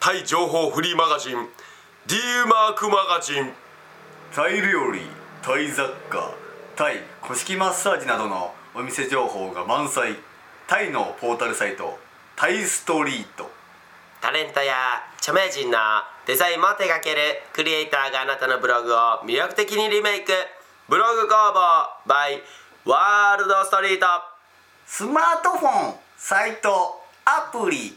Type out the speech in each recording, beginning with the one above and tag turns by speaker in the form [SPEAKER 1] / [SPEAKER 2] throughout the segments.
[SPEAKER 1] タイ情報フリーマガジン D マークマガジン
[SPEAKER 2] タイ料理タイ雑貨タイ古式マッサージなどのお店情報が満載タイのポータルサイトタイストリート
[SPEAKER 1] タレントや著名人のデザインも手掛けるクリエイターがあなたのブログを魅力的にリメイクブログ工房 by ワールドストリート
[SPEAKER 2] スマートフォンサイトアプリ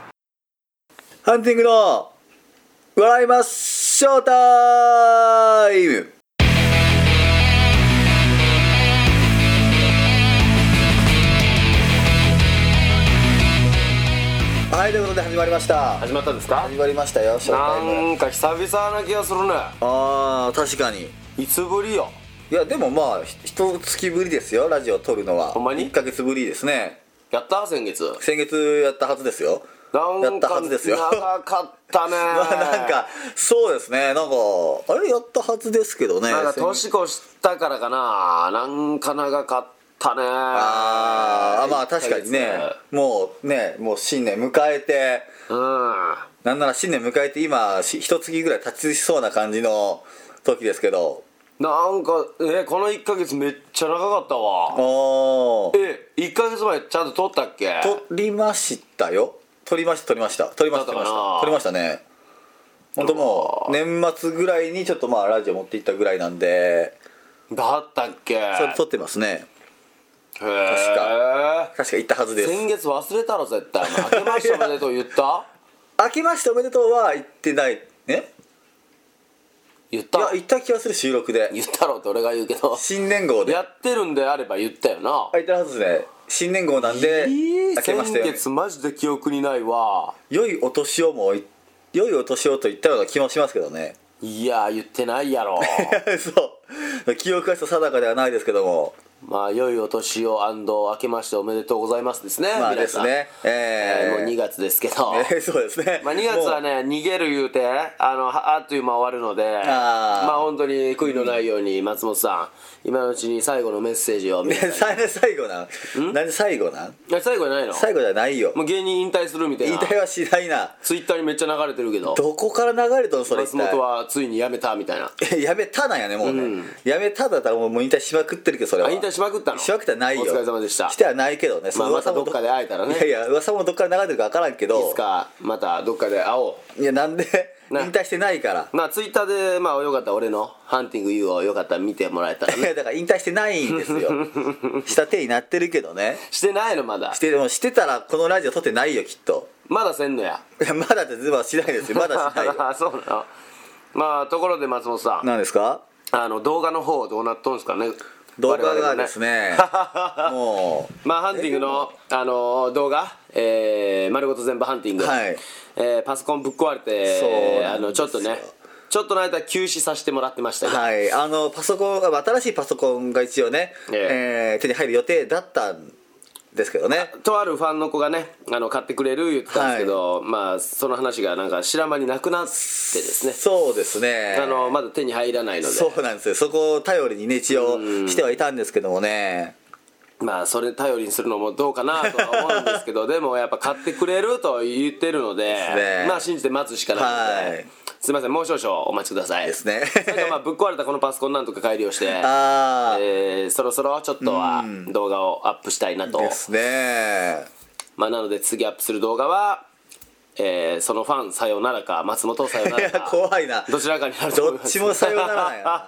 [SPEAKER 3] ハンティングの笑いますショータイムはいということで始まりました
[SPEAKER 1] 始まったんですか
[SPEAKER 3] 始まりましたよショータイム
[SPEAKER 1] んか久々な気がするね
[SPEAKER 3] あー確かに
[SPEAKER 1] いつぶりよ
[SPEAKER 3] いやでもまあひ一月ぶりですよラジオ撮るのは
[SPEAKER 1] ほんまに
[SPEAKER 3] 1か月ぶりですね
[SPEAKER 1] やった先月
[SPEAKER 3] 先月やったはずですよ
[SPEAKER 1] なんか
[SPEAKER 3] やったはずですよ
[SPEAKER 1] 長かったね
[SPEAKER 3] まあなんかそうですねなんかあれやったはずですけどね
[SPEAKER 1] なんか
[SPEAKER 3] 先
[SPEAKER 1] 年越したからかななんか長かったね
[SPEAKER 3] あーあまあ確かに
[SPEAKER 1] 一
[SPEAKER 3] ね
[SPEAKER 1] ヶ月
[SPEAKER 3] もうねもう新年迎えて
[SPEAKER 1] うん
[SPEAKER 3] なんなら新年迎えて今し一月ぐらい経ちそうな感じの時ですけど
[SPEAKER 1] なんかえこの1か月めっちゃ長かったわ
[SPEAKER 3] おー
[SPEAKER 1] え1か月前ちゃんと撮ったっけ
[SPEAKER 3] 撮りましたよ撮りました撮りました撮りました撮
[SPEAKER 1] 撮ったか
[SPEAKER 3] りまし
[SPEAKER 1] な
[SPEAKER 3] た撮りましたね本当もう年末ぐらいにちょっとまあラジオ持っていったぐらいなんで
[SPEAKER 1] だったっけ
[SPEAKER 3] それ撮ってますね
[SPEAKER 1] へえ
[SPEAKER 3] 確か行ったはずです
[SPEAKER 1] 先月忘れたろ絶対お前明けましておめでとう言った
[SPEAKER 3] 明けましておめでとうは行ってないえ
[SPEAKER 1] 言っ
[SPEAKER 3] い
[SPEAKER 1] た
[SPEAKER 3] や行った気がする収録で
[SPEAKER 1] 言ったろって俺が言うけど
[SPEAKER 3] 新年号で
[SPEAKER 1] やってるんであれば言ったよな
[SPEAKER 3] あ行ったはずですね新年号なんで、
[SPEAKER 1] えー
[SPEAKER 3] 明けまして
[SPEAKER 1] 先月マジで記憶にないわ
[SPEAKER 3] 良いお年をもい良いお年をと言ったような気もしますけどね
[SPEAKER 1] いやー言ってないやろ
[SPEAKER 3] そう記憶がちょっと定かではないですけども
[SPEAKER 1] まあ良いお年を明けましておめでとうございますですね
[SPEAKER 3] まあ
[SPEAKER 1] 皆
[SPEAKER 3] で
[SPEAKER 1] さ
[SPEAKER 3] す
[SPEAKER 1] ん
[SPEAKER 3] ね
[SPEAKER 1] え
[SPEAKER 3] え
[SPEAKER 1] ーもう2
[SPEAKER 3] 月
[SPEAKER 1] 月ですけど、
[SPEAKER 3] そうですね、
[SPEAKER 1] まあ、2月はね逃げる言うてあのはあっという間終わるので
[SPEAKER 3] あー
[SPEAKER 1] まあ本当に悔いのないように松本さん今のうちに最後のメッセージを
[SPEAKER 3] もう
[SPEAKER 1] 皆さんに
[SPEAKER 3] 最最後なんなんで最後なん
[SPEAKER 1] いや最後じゃないの
[SPEAKER 3] 最後じゃないよ
[SPEAKER 1] もう芸人引退するみたい
[SPEAKER 3] 引
[SPEAKER 1] な
[SPEAKER 3] 退はしないな
[SPEAKER 1] ツイッターにめっちゃ流れてるけど
[SPEAKER 3] どこから流れたのそれ一
[SPEAKER 1] 松
[SPEAKER 3] 体
[SPEAKER 1] 本はついに辞めたみたいな
[SPEAKER 3] やめたなんやねもうね、やめただったらもうもう引退しまくってるけどそれは
[SPEAKER 1] あ引退しまくったの
[SPEAKER 3] しまくってはないよ
[SPEAKER 1] お疲れ様でした
[SPEAKER 3] してはないけどね
[SPEAKER 1] まあまたどっかで会えたらね
[SPEAKER 3] いやいや噂もどっから流れてるか分からんけど
[SPEAKER 1] いつかまたどっかで会お
[SPEAKER 3] いやなんで引
[SPEAKER 1] な
[SPEAKER 3] 退してないから
[SPEAKER 1] うまあツイッターでまあよかったら俺の「ハンティング U」をよかったら見てもらえたら
[SPEAKER 3] い
[SPEAKER 1] ね
[SPEAKER 3] やだから引退してないんですよ した手になってるけどね
[SPEAKER 1] してないのまだ
[SPEAKER 3] してでもしてたらこのラジオ撮ってないよきっと
[SPEAKER 1] まだせんのや
[SPEAKER 3] いやまだってズバしないですよまだし ないよ
[SPEAKER 1] あそうなのまあところで松本さん
[SPEAKER 3] 何ですか
[SPEAKER 1] あの動画の方どうなっとんですかね
[SPEAKER 3] 動画
[SPEAKER 1] 我々の
[SPEAKER 3] がですねもう
[SPEAKER 1] まあハンティングの、あのー動画、えー丸ごと全部ハンティング、
[SPEAKER 3] はい
[SPEAKER 1] えーパソコンぶっ壊れて
[SPEAKER 3] そうな
[SPEAKER 1] あ
[SPEAKER 3] んですよ
[SPEAKER 1] のちょっとねちょっとの間休止させてもらってましたが、
[SPEAKER 3] はい、あのパソコンあ新しいパソコンが一応ね、
[SPEAKER 1] え
[SPEAKER 3] えー手に入る予定だったんですけどね
[SPEAKER 1] とあるファンの子がねあの買ってくれる言ってたんですけど、まあその話がなんか知らん間になくなってですね、
[SPEAKER 3] そうですね
[SPEAKER 1] あのまだ手に入らないので
[SPEAKER 3] そうなんですよそこを頼りにね一応してはいたんですけどもね
[SPEAKER 1] まあそれ頼りにするのもどうかなとは思うんです けどでもやっぱ買ってくれると言ってるので
[SPEAKER 3] ね
[SPEAKER 1] まあ信じて待つしかないので、
[SPEAKER 3] はい
[SPEAKER 1] すいませんもう少々お待ちください
[SPEAKER 3] ですね
[SPEAKER 1] それかまあぶっ壊れたこのパソコンなんとか改良 して、
[SPEAKER 3] ああ、
[SPEAKER 1] えーそろそろちょっとは動画をアップしたいなと、
[SPEAKER 3] ですね
[SPEAKER 1] まあなので次アップする動画はえーそのファンさよならか松本さよなら
[SPEAKER 2] いや
[SPEAKER 1] か
[SPEAKER 2] 怖いな
[SPEAKER 1] どちらかになると思
[SPEAKER 2] ど
[SPEAKER 1] い
[SPEAKER 2] っ
[SPEAKER 1] ます
[SPEAKER 2] ちもさよならや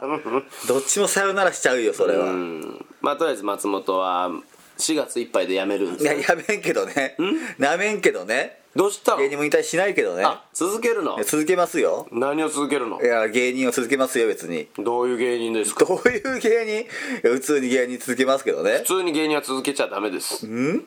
[SPEAKER 2] どっちもさよならしちゃうよそれは、
[SPEAKER 1] うんまあとりあえず松本は4月いっぱいで辞めるんです
[SPEAKER 2] いや
[SPEAKER 1] よ
[SPEAKER 2] やめんけどねなめんけどね
[SPEAKER 1] どうしたの
[SPEAKER 2] 芸人も引退しないけどね
[SPEAKER 1] あ続けるの
[SPEAKER 2] 続けますよ
[SPEAKER 1] 何を続けるの
[SPEAKER 2] いや芸人を続けますよ別に
[SPEAKER 1] どういう芸人ですか
[SPEAKER 2] どういう芸人いや普通に芸人続けますけどね
[SPEAKER 1] 普通に芸人は続けちゃダメです普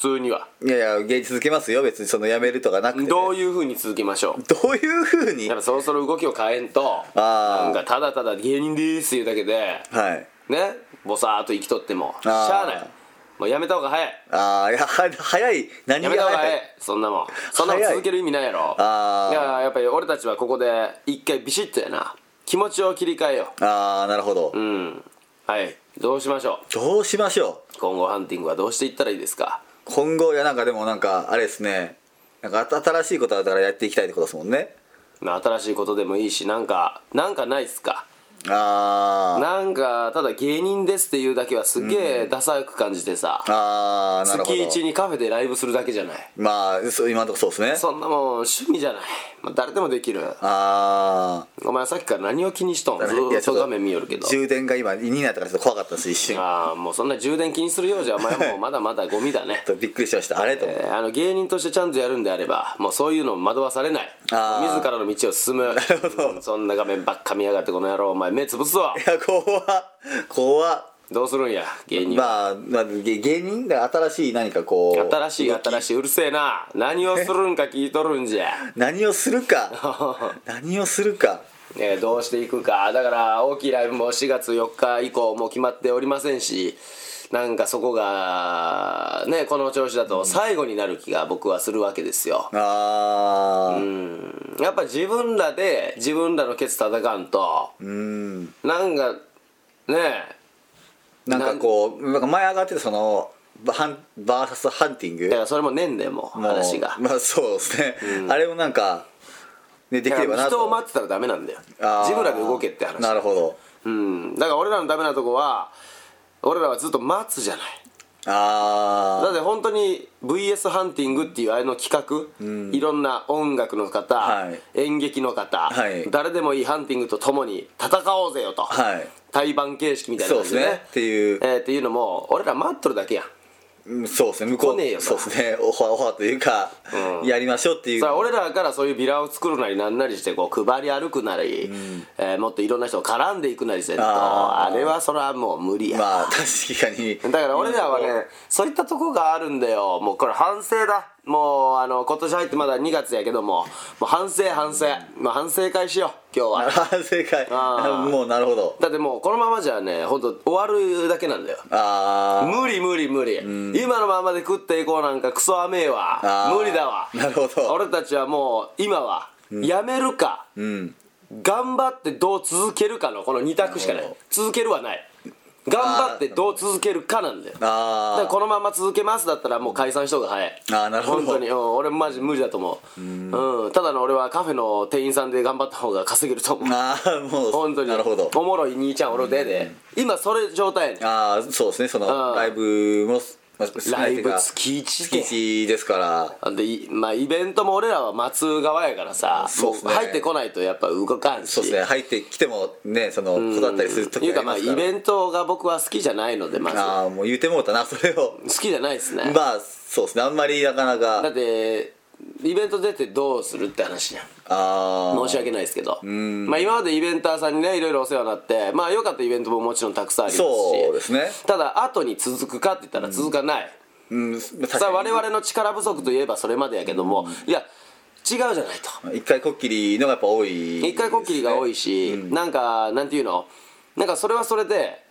[SPEAKER 1] 通にはい
[SPEAKER 2] やいや芸人続けますよ別にその辞めるとかなくて、ね、
[SPEAKER 1] どういうふうに続けましょう
[SPEAKER 2] どういうふうに
[SPEAKER 1] やっ
[SPEAKER 2] はい
[SPEAKER 1] ぱそろそろ動きを変えんと
[SPEAKER 2] あ
[SPEAKER 1] な
[SPEAKER 2] ー
[SPEAKER 1] んかただただ芸人ですっていうだけでねぼさーっと生きとってもし
[SPEAKER 2] あー
[SPEAKER 1] ゃあないもうやめた方が早い
[SPEAKER 2] ああいやは早い何
[SPEAKER 1] や
[SPEAKER 2] が
[SPEAKER 1] めた方が
[SPEAKER 2] 早
[SPEAKER 1] 早い
[SPEAKER 2] い
[SPEAKER 1] そんなもんそんなもん
[SPEAKER 2] 早い
[SPEAKER 1] 続ける意味ないやろ
[SPEAKER 2] あー
[SPEAKER 1] いややっぱり俺たちはここで一回ビシッとやな気持ちを切り替えよ
[SPEAKER 2] ああなるほど、
[SPEAKER 1] ううんはいどうしましょ
[SPEAKER 2] どうしましょう
[SPEAKER 1] う今後ハンティングはどうしていったらいいですか
[SPEAKER 2] 今後いやなんかでもなんかあれですねなんか新しいことだからやっていきたいってことですもんね
[SPEAKER 1] まあ新しいことでもいいしなんかなんかないっすか
[SPEAKER 2] あ
[SPEAKER 1] なんかただ芸人ですっていうだけはすっげえダサく感じてさ、
[SPEAKER 2] あああなるほ
[SPEAKER 1] 月一
[SPEAKER 2] ど
[SPEAKER 1] にカフェでライブするだけじゃない
[SPEAKER 2] まあそう今のとこそうですね
[SPEAKER 1] そんなもん趣味じゃない、まあ、誰でもできる
[SPEAKER 2] ああ
[SPEAKER 1] お前さっきから何を気にしとんずーっと画面見よるけど
[SPEAKER 2] 充電が今2になったからちょっと怖かったです一瞬、
[SPEAKER 1] ああもうそんな充電気にするようじゃお前はもうまだまだゴミだね
[SPEAKER 2] びっくりしましたあれと思って
[SPEAKER 1] えーあの芸人としてちゃんとやるんであればもうそういうの惑わされない自
[SPEAKER 2] あー
[SPEAKER 1] らの道を 進むうんそんな画面ばっか見やがってこの野郎お前目つぶすわ
[SPEAKER 2] いや怖っ怖っ
[SPEAKER 1] どうするんや芸人は
[SPEAKER 2] まあ、まあ、げ芸人だから新しい何かこう
[SPEAKER 1] 新しい新しいうるせえな何をするんか聞いとるんじゃ、
[SPEAKER 2] 何をする か何をするか
[SPEAKER 1] えーどうしていくかだから大きいライブも4月4日以降もう決まっておりませんしなんかそこがねこの調子だと最後になる気が僕はするわけですよ、
[SPEAKER 2] ああ
[SPEAKER 1] うん、やっぱ自分らで自分らのケツ叩かんと
[SPEAKER 2] うん
[SPEAKER 1] なんかね
[SPEAKER 2] なんかこうなんか前上がってたそのバハンバーサスハンティン
[SPEAKER 1] だか
[SPEAKER 2] グ
[SPEAKER 1] らそれもねんでもう
[SPEAKER 2] もう
[SPEAKER 1] 話が
[SPEAKER 2] まあそうですね、あれもなんか、ね、でき
[SPEAKER 1] だか
[SPEAKER 2] れば
[SPEAKER 1] ら
[SPEAKER 2] な
[SPEAKER 1] 人を
[SPEAKER 2] と
[SPEAKER 1] 待ってたらダメなんだよ
[SPEAKER 2] あー
[SPEAKER 1] 自分らで動けって話
[SPEAKER 2] なるほど
[SPEAKER 1] うん、だから俺らのダメなとこは俺らはずっと待つじゃないだ
[SPEAKER 2] あ
[SPEAKER 1] って本当に VS ハンティングっていうあれの企画、いろんな音楽の方、
[SPEAKER 2] はい
[SPEAKER 1] 演劇の方、
[SPEAKER 2] はい
[SPEAKER 1] 誰でもいいハンティングと共に戦おうぜよと、
[SPEAKER 2] はい
[SPEAKER 1] 対バン形式みたいな感じで
[SPEAKER 2] そうですねっていう
[SPEAKER 1] えーっていうのも俺ら待っとるだけやん
[SPEAKER 2] あうんそうですね向こ
[SPEAKER 1] 来ねえよ
[SPEAKER 2] うそうですねオファーオファーというか、やりましょうっていう
[SPEAKER 1] それは俺らからそういうビラを作るなりなんなりしてこう配り歩くなり、えーもっといろんな人を絡んでいくなりせんとあ
[SPEAKER 2] あー
[SPEAKER 1] れはそれはもう無理や、
[SPEAKER 2] まあ確かに
[SPEAKER 1] だから俺らはねそういったとこがあるんだよもうこれ反省だもうあの今年入ってまだ2月やけどももう反省反省もう反省会しよう今日は
[SPEAKER 2] あ 正解
[SPEAKER 1] あー
[SPEAKER 2] もうなるほど
[SPEAKER 1] だってもうこのままじゃね本当終わるだけなんだよ
[SPEAKER 2] あ
[SPEAKER 1] 無理無理無理今のままで食っていこうなんかクソ甘えわ
[SPEAKER 2] あー
[SPEAKER 1] 無理だわ
[SPEAKER 2] なるほど
[SPEAKER 1] 俺たちはもう今はやめるか
[SPEAKER 2] ーうん
[SPEAKER 1] 頑張ってどう続けるかのこの2択しかな
[SPEAKER 2] ないるほ
[SPEAKER 1] 続けるはない頑張ってどう続けるかなんだよだから
[SPEAKER 2] あ
[SPEAKER 1] このまま続けますだったらもう解散した方が早い
[SPEAKER 2] あーなるほど
[SPEAKER 1] 本当に、うん、俺マジ無理だと思ううん、ただの俺はカフェの店員さんで頑張った方が稼げると思
[SPEAKER 2] ー
[SPEAKER 1] う
[SPEAKER 2] あーもう
[SPEAKER 1] 本当に
[SPEAKER 2] なるほど
[SPEAKER 1] おもろい兄ちゃんおろでで、今それ状態やねん
[SPEAKER 2] ああそうですねそ
[SPEAKER 1] うん
[SPEAKER 2] のライブも、まあ少
[SPEAKER 1] ラ
[SPEAKER 2] ないとい
[SPEAKER 1] イ
[SPEAKER 2] うか
[SPEAKER 1] ブ月1で
[SPEAKER 2] 月一ですから
[SPEAKER 1] でいまあ、イベントも俺らは待つ側やからさ
[SPEAKER 2] そうっすね
[SPEAKER 1] もう入ってこないとやっぱ動かんし
[SPEAKER 2] そうですね入ってきてもねその子だったりする
[SPEAKER 1] と
[SPEAKER 2] 時
[SPEAKER 1] いう
[SPEAKER 2] が
[SPEAKER 1] か
[SPEAKER 2] あり
[SPEAKER 1] ま
[SPEAKER 2] ま
[SPEAKER 1] あ
[SPEAKER 2] す
[SPEAKER 1] イ
[SPEAKER 2] から、
[SPEAKER 1] ベントが僕は好きじゃないのでまず
[SPEAKER 2] ああもう言うてもうたなそれを
[SPEAKER 1] 好きじゃないですね、
[SPEAKER 2] まあそうですねあんまりなかなか
[SPEAKER 1] だってイベント出てどうするって話じゃん
[SPEAKER 2] ああ
[SPEAKER 1] 申し訳ないですけどまあ、今までイベンターさんにねいろいろお世話になってまあ良かったイベントももちろんたくさんありますし
[SPEAKER 2] そうですね
[SPEAKER 1] ただ後に続くかって言ったら続かない、
[SPEAKER 2] うん確
[SPEAKER 1] さ
[SPEAKER 2] か
[SPEAKER 1] あ我々の力不足といえばそれまでやけども、いや違うじゃないと
[SPEAKER 2] に一回こっきりのがやっぱ多い、
[SPEAKER 1] 一回こっきりが多い
[SPEAKER 2] し、
[SPEAKER 1] し、なんかなんていうのなんかそれはそれで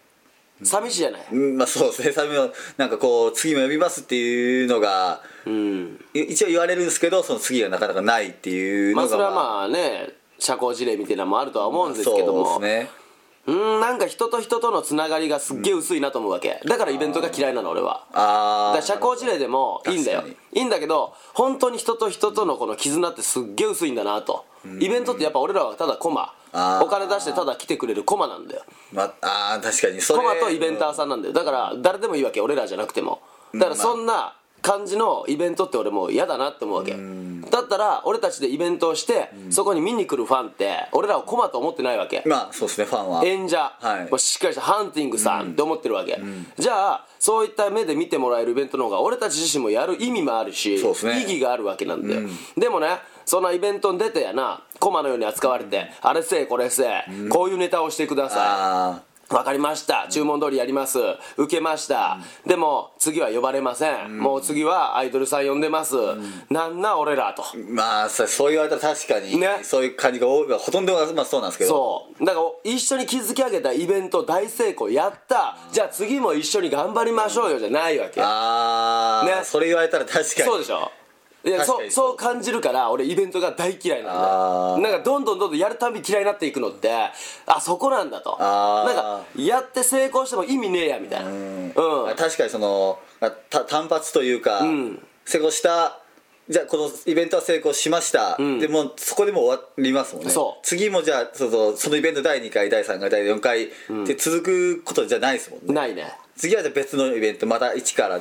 [SPEAKER 1] 寂しいじゃない、
[SPEAKER 2] うん、まあそうですね最後なんかこう次も呼びますっていうのが、い一応言われるんですけどその次がなかなかないっていう
[SPEAKER 1] ま
[SPEAKER 2] のが、
[SPEAKER 1] あそれはまあね社交辞令みたいなのもあるとは思うんですけども、
[SPEAKER 2] そうですね
[SPEAKER 1] うんなんか人と人とのつながりがすっげえ薄いなと思うわけだからイベントが嫌いなの俺はだ
[SPEAKER 2] あ
[SPEAKER 1] か
[SPEAKER 2] あ
[SPEAKER 1] ら社交辞令でもいいんだよ
[SPEAKER 2] 確か
[SPEAKER 1] いいんだけど本当に人と人とのこの絆ってすっげえ薄いんだなとイベントってやっぱ俺らはただコマ
[SPEAKER 2] あー
[SPEAKER 1] お金出してただ来てくれるコマなんだよ
[SPEAKER 2] まああー確かにそ
[SPEAKER 1] コ
[SPEAKER 2] れ
[SPEAKER 1] マとイベンターさんなんだよだから誰でもいいわけ俺らじゃなくてもだからそんな感じのイベントって俺もう嫌だなって思うわけだったら俺たちでイベントをしてそこに見に来るファンって俺らをコマと思ってないわけ
[SPEAKER 2] まあそうですねファンは
[SPEAKER 1] 演者、
[SPEAKER 2] はい
[SPEAKER 1] まあしっかりしたハンティングさんって思ってるわけ、じゃあそういった目で見てもらえるイベントの方が俺たち自身もやる意味もあるし、
[SPEAKER 2] そうですね
[SPEAKER 1] 意義があるわけなんだよ、でもねそんなイベントに出てやなコマのように扱われて、あれせえこれせえ、こういうネタをしてください
[SPEAKER 2] あ
[SPEAKER 1] わかりました注文通りやります受けました、でも次は呼ばれません、もう次はアイドルさん呼んでます、なんな俺らと、
[SPEAKER 2] あまあそそう言われたら確かに、
[SPEAKER 1] ね
[SPEAKER 2] そういう感じが多いほとんどが、まあ、そうなんですけど
[SPEAKER 1] そうだから一緒に築き上げたイベント大成功やったじゃあ次も一緒に頑張りましょうよじゃないわけ
[SPEAKER 2] ああ、
[SPEAKER 1] ね
[SPEAKER 2] それ言われたら確かに
[SPEAKER 1] そうでしょいや
[SPEAKER 2] 確
[SPEAKER 1] そ
[SPEAKER 2] か
[SPEAKER 1] う
[SPEAKER 2] に
[SPEAKER 1] そう感じるから俺イベントが大嫌いなん
[SPEAKER 2] あー
[SPEAKER 1] だよなんかどんどんどんどんやるたび嫌いになっていくのってあそこなんだと
[SPEAKER 2] あー
[SPEAKER 1] なんかやって成功しても意味ねえやみたいなうん
[SPEAKER 2] 確かにそのまあた単発というか、
[SPEAKER 1] ん
[SPEAKER 2] 成功したじゃあこのイベントは成功しました、
[SPEAKER 1] ん
[SPEAKER 2] でもうそこでもう終わりますもんね
[SPEAKER 1] そう
[SPEAKER 2] 次もじゃあそのそのイベント第2回第3回第4回って続くことじゃないですもんね、
[SPEAKER 1] ないね
[SPEAKER 2] 次はじゃあ別のイベントまた1から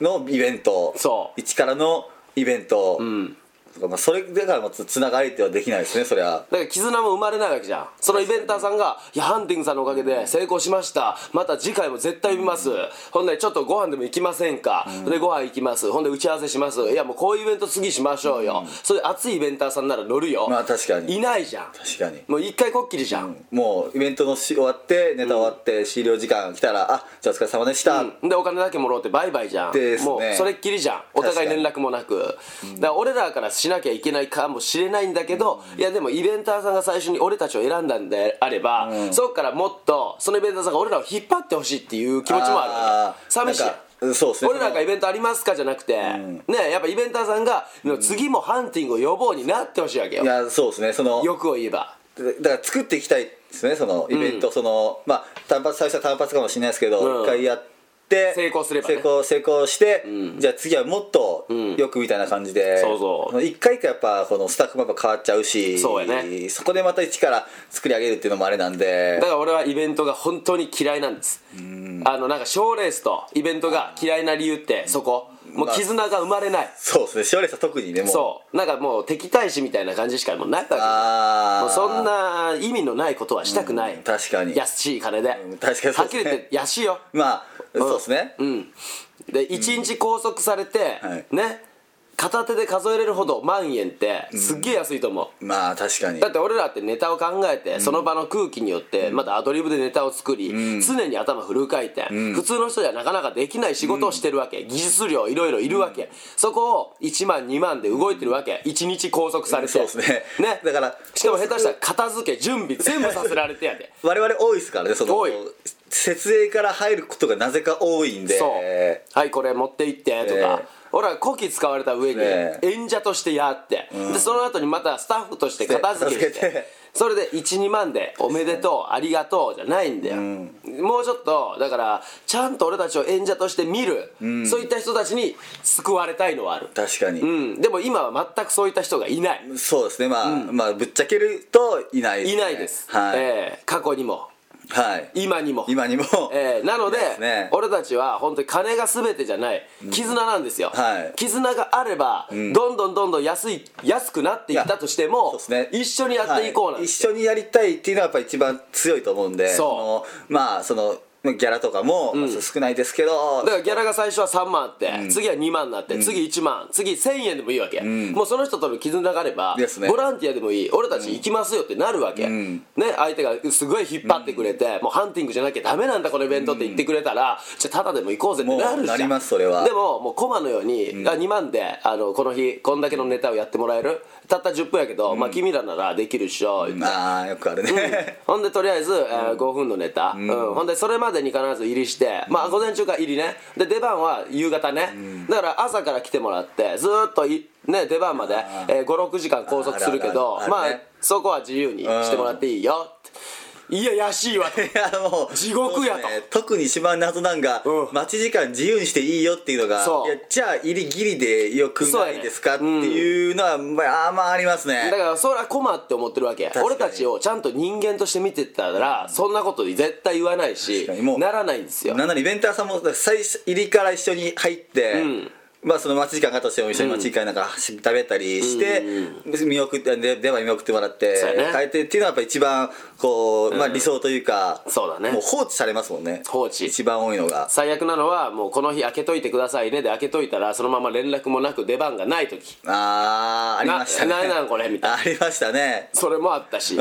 [SPEAKER 2] のイベント
[SPEAKER 1] そう
[SPEAKER 2] 1からのイベント、
[SPEAKER 1] うん
[SPEAKER 2] とかまあ、それだからもうつつながりってはできないですねそりゃ
[SPEAKER 1] だから絆も生まれないわけじゃんそのイベンターさんが「いやハンティングさんのおかげで成功しましたまた次回も絶対見ます、ほんでちょっとご飯でも行きませんか、でご飯行きますほんで打ち合わせしますいやもうこういうイベント次しましょうよ、そういう熱いイベンターさんなら乗るよ
[SPEAKER 2] まあ確かに
[SPEAKER 1] いないじゃん
[SPEAKER 2] 確かに
[SPEAKER 1] もう一回こっきりじゃん、
[SPEAKER 2] もうイベントのし終わってネタ終わって、終了時間が来たらあじゃあお疲れ様でした、
[SPEAKER 1] うんでお金だけもらおうってバイバイじゃん
[SPEAKER 2] ですね
[SPEAKER 1] もうそれっきりじゃんお互い
[SPEAKER 2] 確か
[SPEAKER 1] 連
[SPEAKER 2] に
[SPEAKER 1] 絡もなく、だから俺らからしなきゃいけないかもしれないんだけど、いやでもイベンターさんが最初に俺たちを選んだんであれば、そっからもっとそのイベンターさんが俺らを引っ張ってほしいっていう気持ちもある
[SPEAKER 2] あー
[SPEAKER 1] 寂しい
[SPEAKER 2] なんかうんそうですね
[SPEAKER 1] 俺らがイベントありますかじゃなくて、ねやっぱイベンターさんが次もハンティングを呼ぼうになってほしいわけよ
[SPEAKER 2] いやそうですねその
[SPEAKER 1] 欲を言えば
[SPEAKER 2] だから作っていきたいですねそのイベント、そのまあ単発最初は単発かもしれないですけど
[SPEAKER 1] うん
[SPEAKER 2] 一、回やって
[SPEAKER 1] 成功すればね
[SPEAKER 2] 成功成功して、じゃあ次はもっとよくみたいな感じで、
[SPEAKER 1] そうそう
[SPEAKER 2] の一回一回やっぱこのスタッフもやっぱ変わっちゃうし
[SPEAKER 1] そうやね
[SPEAKER 2] そこでまた一から作り上げるっていうのもあれなんで
[SPEAKER 1] だから俺はイベントが本当に嫌いなんですあのなんか賞ーレースとイベントが嫌いな理由ってそこもう絆が生まれない
[SPEAKER 2] そうですねしおれさん特にねもう
[SPEAKER 1] そうなんかもう敵対視みたいな感じしかもうないわけ
[SPEAKER 2] あ
[SPEAKER 1] も
[SPEAKER 2] あ
[SPEAKER 1] うそんな意味のないことはしたくない
[SPEAKER 2] 確かに
[SPEAKER 1] 安い金で
[SPEAKER 2] ん確かに
[SPEAKER 1] は
[SPEAKER 2] そうです
[SPEAKER 1] っき
[SPEAKER 2] ね
[SPEAKER 1] り言って安いよ
[SPEAKER 2] まあ、
[SPEAKER 1] ん
[SPEAKER 2] そうですね、
[SPEAKER 1] うんで1日拘束されて
[SPEAKER 2] はい
[SPEAKER 1] ね片手で数えれるほど万円ってすっげえ安いと思う
[SPEAKER 2] まあ確かに
[SPEAKER 1] だって俺らってネタを考えて、その場の空気によってまたアドリブでネタを作り、常に頭フル回転、普通の人じゃなかなかできない仕事をしてるわけ、技術量いろいろいるわけ、そこを1万2万で動いてるわけ1日拘束されて
[SPEAKER 2] そうですねだから
[SPEAKER 1] しかも下手したら片付け準備全部させられてやで
[SPEAKER 2] 我々多いですからねその
[SPEAKER 1] 多い
[SPEAKER 2] 設営から入ることがなぜか多いんで
[SPEAKER 1] そうはいこれ持って行ってとか、
[SPEAKER 2] ええ
[SPEAKER 1] 俺は古希使われた上に
[SPEAKER 2] ええ
[SPEAKER 1] 演者としてやって、でその後にまたスタッフとして片付けして
[SPEAKER 2] 片付けて
[SPEAKER 1] それで12万で「おめでとう」「ありがとう」じゃないんだよ、もうちょっとだからちゃんと俺たちを演者として見る、そういった人たちに救われたいのはある、
[SPEAKER 2] 確かに、
[SPEAKER 1] うん、でも今は全くそういった人がいない
[SPEAKER 2] そうですねまあ、まあぶっちゃけるといないです、ね、
[SPEAKER 1] いないです、
[SPEAKER 2] はい、
[SPEAKER 1] ええ過去にも
[SPEAKER 2] はい
[SPEAKER 1] 今にも
[SPEAKER 2] 今にも、
[SPEAKER 1] えーなので
[SPEAKER 2] ですね
[SPEAKER 1] 俺たちは本当に金が全てじゃない絆なんですよ、
[SPEAKER 2] はい
[SPEAKER 1] 絆があれば、どんどんどんどん安い安くなっていったとして
[SPEAKER 2] そう
[SPEAKER 1] も
[SPEAKER 2] ですね
[SPEAKER 1] 一緒にやっていこうなん
[SPEAKER 2] は
[SPEAKER 1] で
[SPEAKER 2] い
[SPEAKER 1] す
[SPEAKER 2] 一緒にやりたいっていうのはやっぱ一番強いと思うんで
[SPEAKER 1] そ
[SPEAKER 2] のまあそのギャラとかも、まあ少ないですけど
[SPEAKER 1] だからギャラが最初は3万あって、次は2万になって、次1万次1000円でもいいわけ、もうその人との絆があれば、
[SPEAKER 2] ですね
[SPEAKER 1] ボランティアでもいい俺たち行きますよってなるわけ、
[SPEAKER 2] ん
[SPEAKER 1] ね相手がすごい引っ張ってくれて、もうハンティングじゃなきゃダメなんだこのイベントって言ってくれたら、じゃあタダでも行こうぜってなるじゃん
[SPEAKER 2] もうなりますそれは
[SPEAKER 1] でももうコマのように、あ2万であのこの日こんだけのネタをやってもらえるたった10分やけど、まあ君らならできるっしょ、言って
[SPEAKER 2] まあよくあるね、
[SPEAKER 1] ほんでとりあえず、えー5分のネタ、うんほんでそれまでに必ず入りして、まあ、午前中から入りねで出番は夕方ね、だから朝から来てもらってずーっとい、ね、出番まで、え56時間拘束するけど
[SPEAKER 2] あるあるあ
[SPEAKER 1] ま
[SPEAKER 2] る
[SPEAKER 1] あ
[SPEAKER 2] ね
[SPEAKER 1] そこは自由にしてもらっていいよっていややし いわと
[SPEAKER 2] いやもう
[SPEAKER 1] 地獄やと
[SPEAKER 2] そうですね特に一番謎なんが、
[SPEAKER 1] うん
[SPEAKER 2] 待ち時間自由にしていいよっていうのが
[SPEAKER 1] そう
[SPEAKER 2] いやじゃあ入りギリでよく
[SPEAKER 1] そう
[SPEAKER 2] な
[SPEAKER 1] やね
[SPEAKER 2] いですかっていうのは、まあまあありますね
[SPEAKER 1] だからそれは困って思ってるわけ
[SPEAKER 2] かに
[SPEAKER 1] 俺たちをちゃんと人間として見てたらそんなこと絶対言わないし
[SPEAKER 2] 確かにもう
[SPEAKER 1] ならないんですよ
[SPEAKER 2] なんならイベンターさんも最初入りから一緒に入って、まあその待ち時間があったとしても一緒に待ち時間なんかし食べたりして、見送ってで電話に見送ってもらって、
[SPEAKER 1] そうやね
[SPEAKER 2] 帰ってっていうのはやっぱ一番こう、まあ理想というか
[SPEAKER 1] そうだね
[SPEAKER 2] もう放置されますもんね
[SPEAKER 1] 放置
[SPEAKER 2] 一番多いのが
[SPEAKER 1] 最悪なのはもうこの日開けといてくださいねで開けといたらそのまま連絡もなく出番がない時
[SPEAKER 2] あーありましたね
[SPEAKER 1] ななんなんこれみたいな
[SPEAKER 2] ありましたね
[SPEAKER 1] それもあったし、
[SPEAKER 2] うん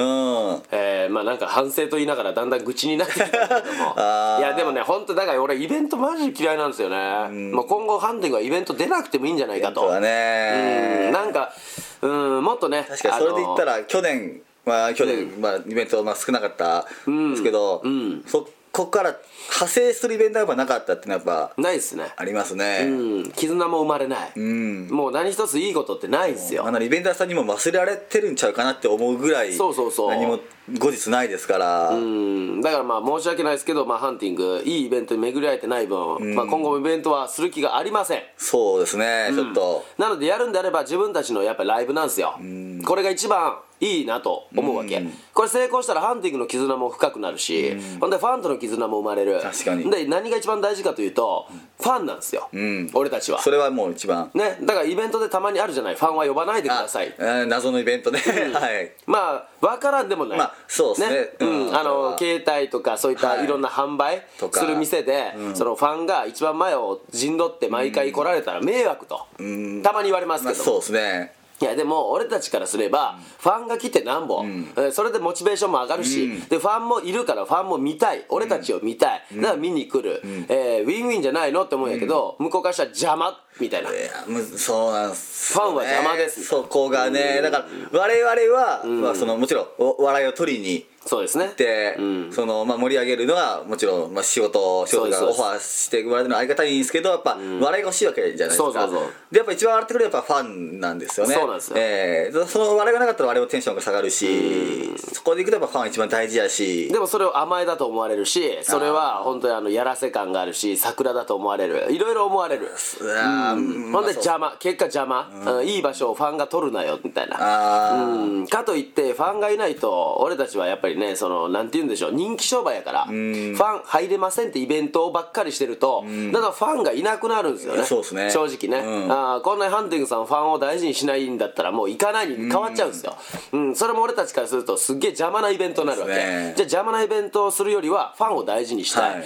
[SPEAKER 1] えーまあなんか反省と言いながらだんだん愚痴になってきたんだけども
[SPEAKER 2] あー
[SPEAKER 1] いやでもね本当だから俺イベントマジで嫌いなんですよね、もう今後ハンディングはイベント出なくてもいいんじゃないかと
[SPEAKER 2] そうだね
[SPEAKER 1] うんなんかうんもっとね
[SPEAKER 2] 確かにそれで言った
[SPEAKER 1] ら
[SPEAKER 2] ら去年まあ去年、まあ、イベントまあ少なかったんですけど、
[SPEAKER 1] ん
[SPEAKER 2] そこから派生するイベントがやっぱなかったっていうのはやっぱ
[SPEAKER 1] ないですね
[SPEAKER 2] ありますね、
[SPEAKER 1] うん絆も生まれない、
[SPEAKER 2] ん
[SPEAKER 1] もう何一ついいことってないんですよ
[SPEAKER 2] あのイベンターさんにも忘れられてるんちゃうかなって思うぐらい
[SPEAKER 1] そうそうそう
[SPEAKER 2] 何も後日ないですから、
[SPEAKER 1] うんだからまあ申し訳ないですけど、まあ、ハンティングいいイベントに巡り合えてない分、まあ、今後もイベントはする気がありません
[SPEAKER 2] そうですね、ちょっと
[SPEAKER 1] なのでやるんであれば自分たちのやっぱりライブなんですよこれが一番いいなと思うわけこれ成功したらハンティングの絆も深くなるしほんでファンとの絆も生まれる
[SPEAKER 2] 確かに
[SPEAKER 1] で何が一番大事かというとファンなんですよ
[SPEAKER 2] ん
[SPEAKER 1] 俺たちは
[SPEAKER 2] それはもう一番
[SPEAKER 1] ねだからイベントでたまにあるじゃないファンは呼ばないでください
[SPEAKER 2] あうん謎のイベントね、 はい
[SPEAKER 1] まあ分からんでもない、
[SPEAKER 2] まあそうっすね
[SPEAKER 1] うん
[SPEAKER 2] うん
[SPEAKER 1] あの携帯とかそういった
[SPEAKER 2] はい
[SPEAKER 1] いろんな販売
[SPEAKER 2] とか
[SPEAKER 1] する店で、そのファンが一番前を陣取って毎回来られたら迷惑と、たまに言われます
[SPEAKER 2] まあ、
[SPEAKER 1] けど、
[SPEAKER 2] そうですね
[SPEAKER 1] いやでも俺たちからすればファンが来てなんぼ、えーそれでモチベーションも上がるし、でファンもいるからファンも見たい俺たちを見たい、だから見に来る、えーウィンウィンじゃないのって思うんやけど、向こうからしたら邪魔みたいない
[SPEAKER 2] やむそうなんすよね
[SPEAKER 1] ファンは邪魔です
[SPEAKER 2] そこがねだから我々は、まあ、そのもちろんお笑いを取りに
[SPEAKER 1] そうですね
[SPEAKER 2] 行って、
[SPEAKER 1] うん
[SPEAKER 2] そのまあ、盛り上げるのはもちろん、まあ、仕事仕事が
[SPEAKER 1] そう
[SPEAKER 2] オ
[SPEAKER 1] です
[SPEAKER 2] ファーしてもらうのはありがたいんですけどやっぱ、笑いが欲しいわけじゃないですか
[SPEAKER 1] そうそうそう
[SPEAKER 2] でやっぱ一番笑ってくれるのはやっぱファンなんですよね
[SPEAKER 1] そうなんですよ
[SPEAKER 2] ええその笑いがなかったら我々もテンションが下がるし、そこでいくとやっぱファン一番大事やし
[SPEAKER 1] でもそれを甘えだと思われるしそれは本当にあのやらせ感があるし桜だと思われるいろいろ思われる
[SPEAKER 2] うわー
[SPEAKER 1] うん
[SPEAKER 2] ま
[SPEAKER 1] ほ
[SPEAKER 2] あ
[SPEAKER 1] んで邪魔結果邪魔、うんいい場所をファンが取るなよみたいな
[SPEAKER 2] あー
[SPEAKER 1] うんかといってファンがいないと俺たちはやっぱりねそのなんて言うんでしょう人気商売やからファン入れませんってイベントばっかりしてるとだからファンがいなくなるんですよね
[SPEAKER 2] そうっすね
[SPEAKER 1] 正直ね、
[SPEAKER 2] うん
[SPEAKER 1] あーこんなにハンティングさんファンを大事にしないんだったらもう行かないに変わっちゃうんですよ、うん、それも俺たちからするとすっげえ邪魔なイベントになるわけ、
[SPEAKER 2] そうですね
[SPEAKER 1] じゃあ邪魔なイベントをするよりはファンを大事にしたい、
[SPEAKER 2] はい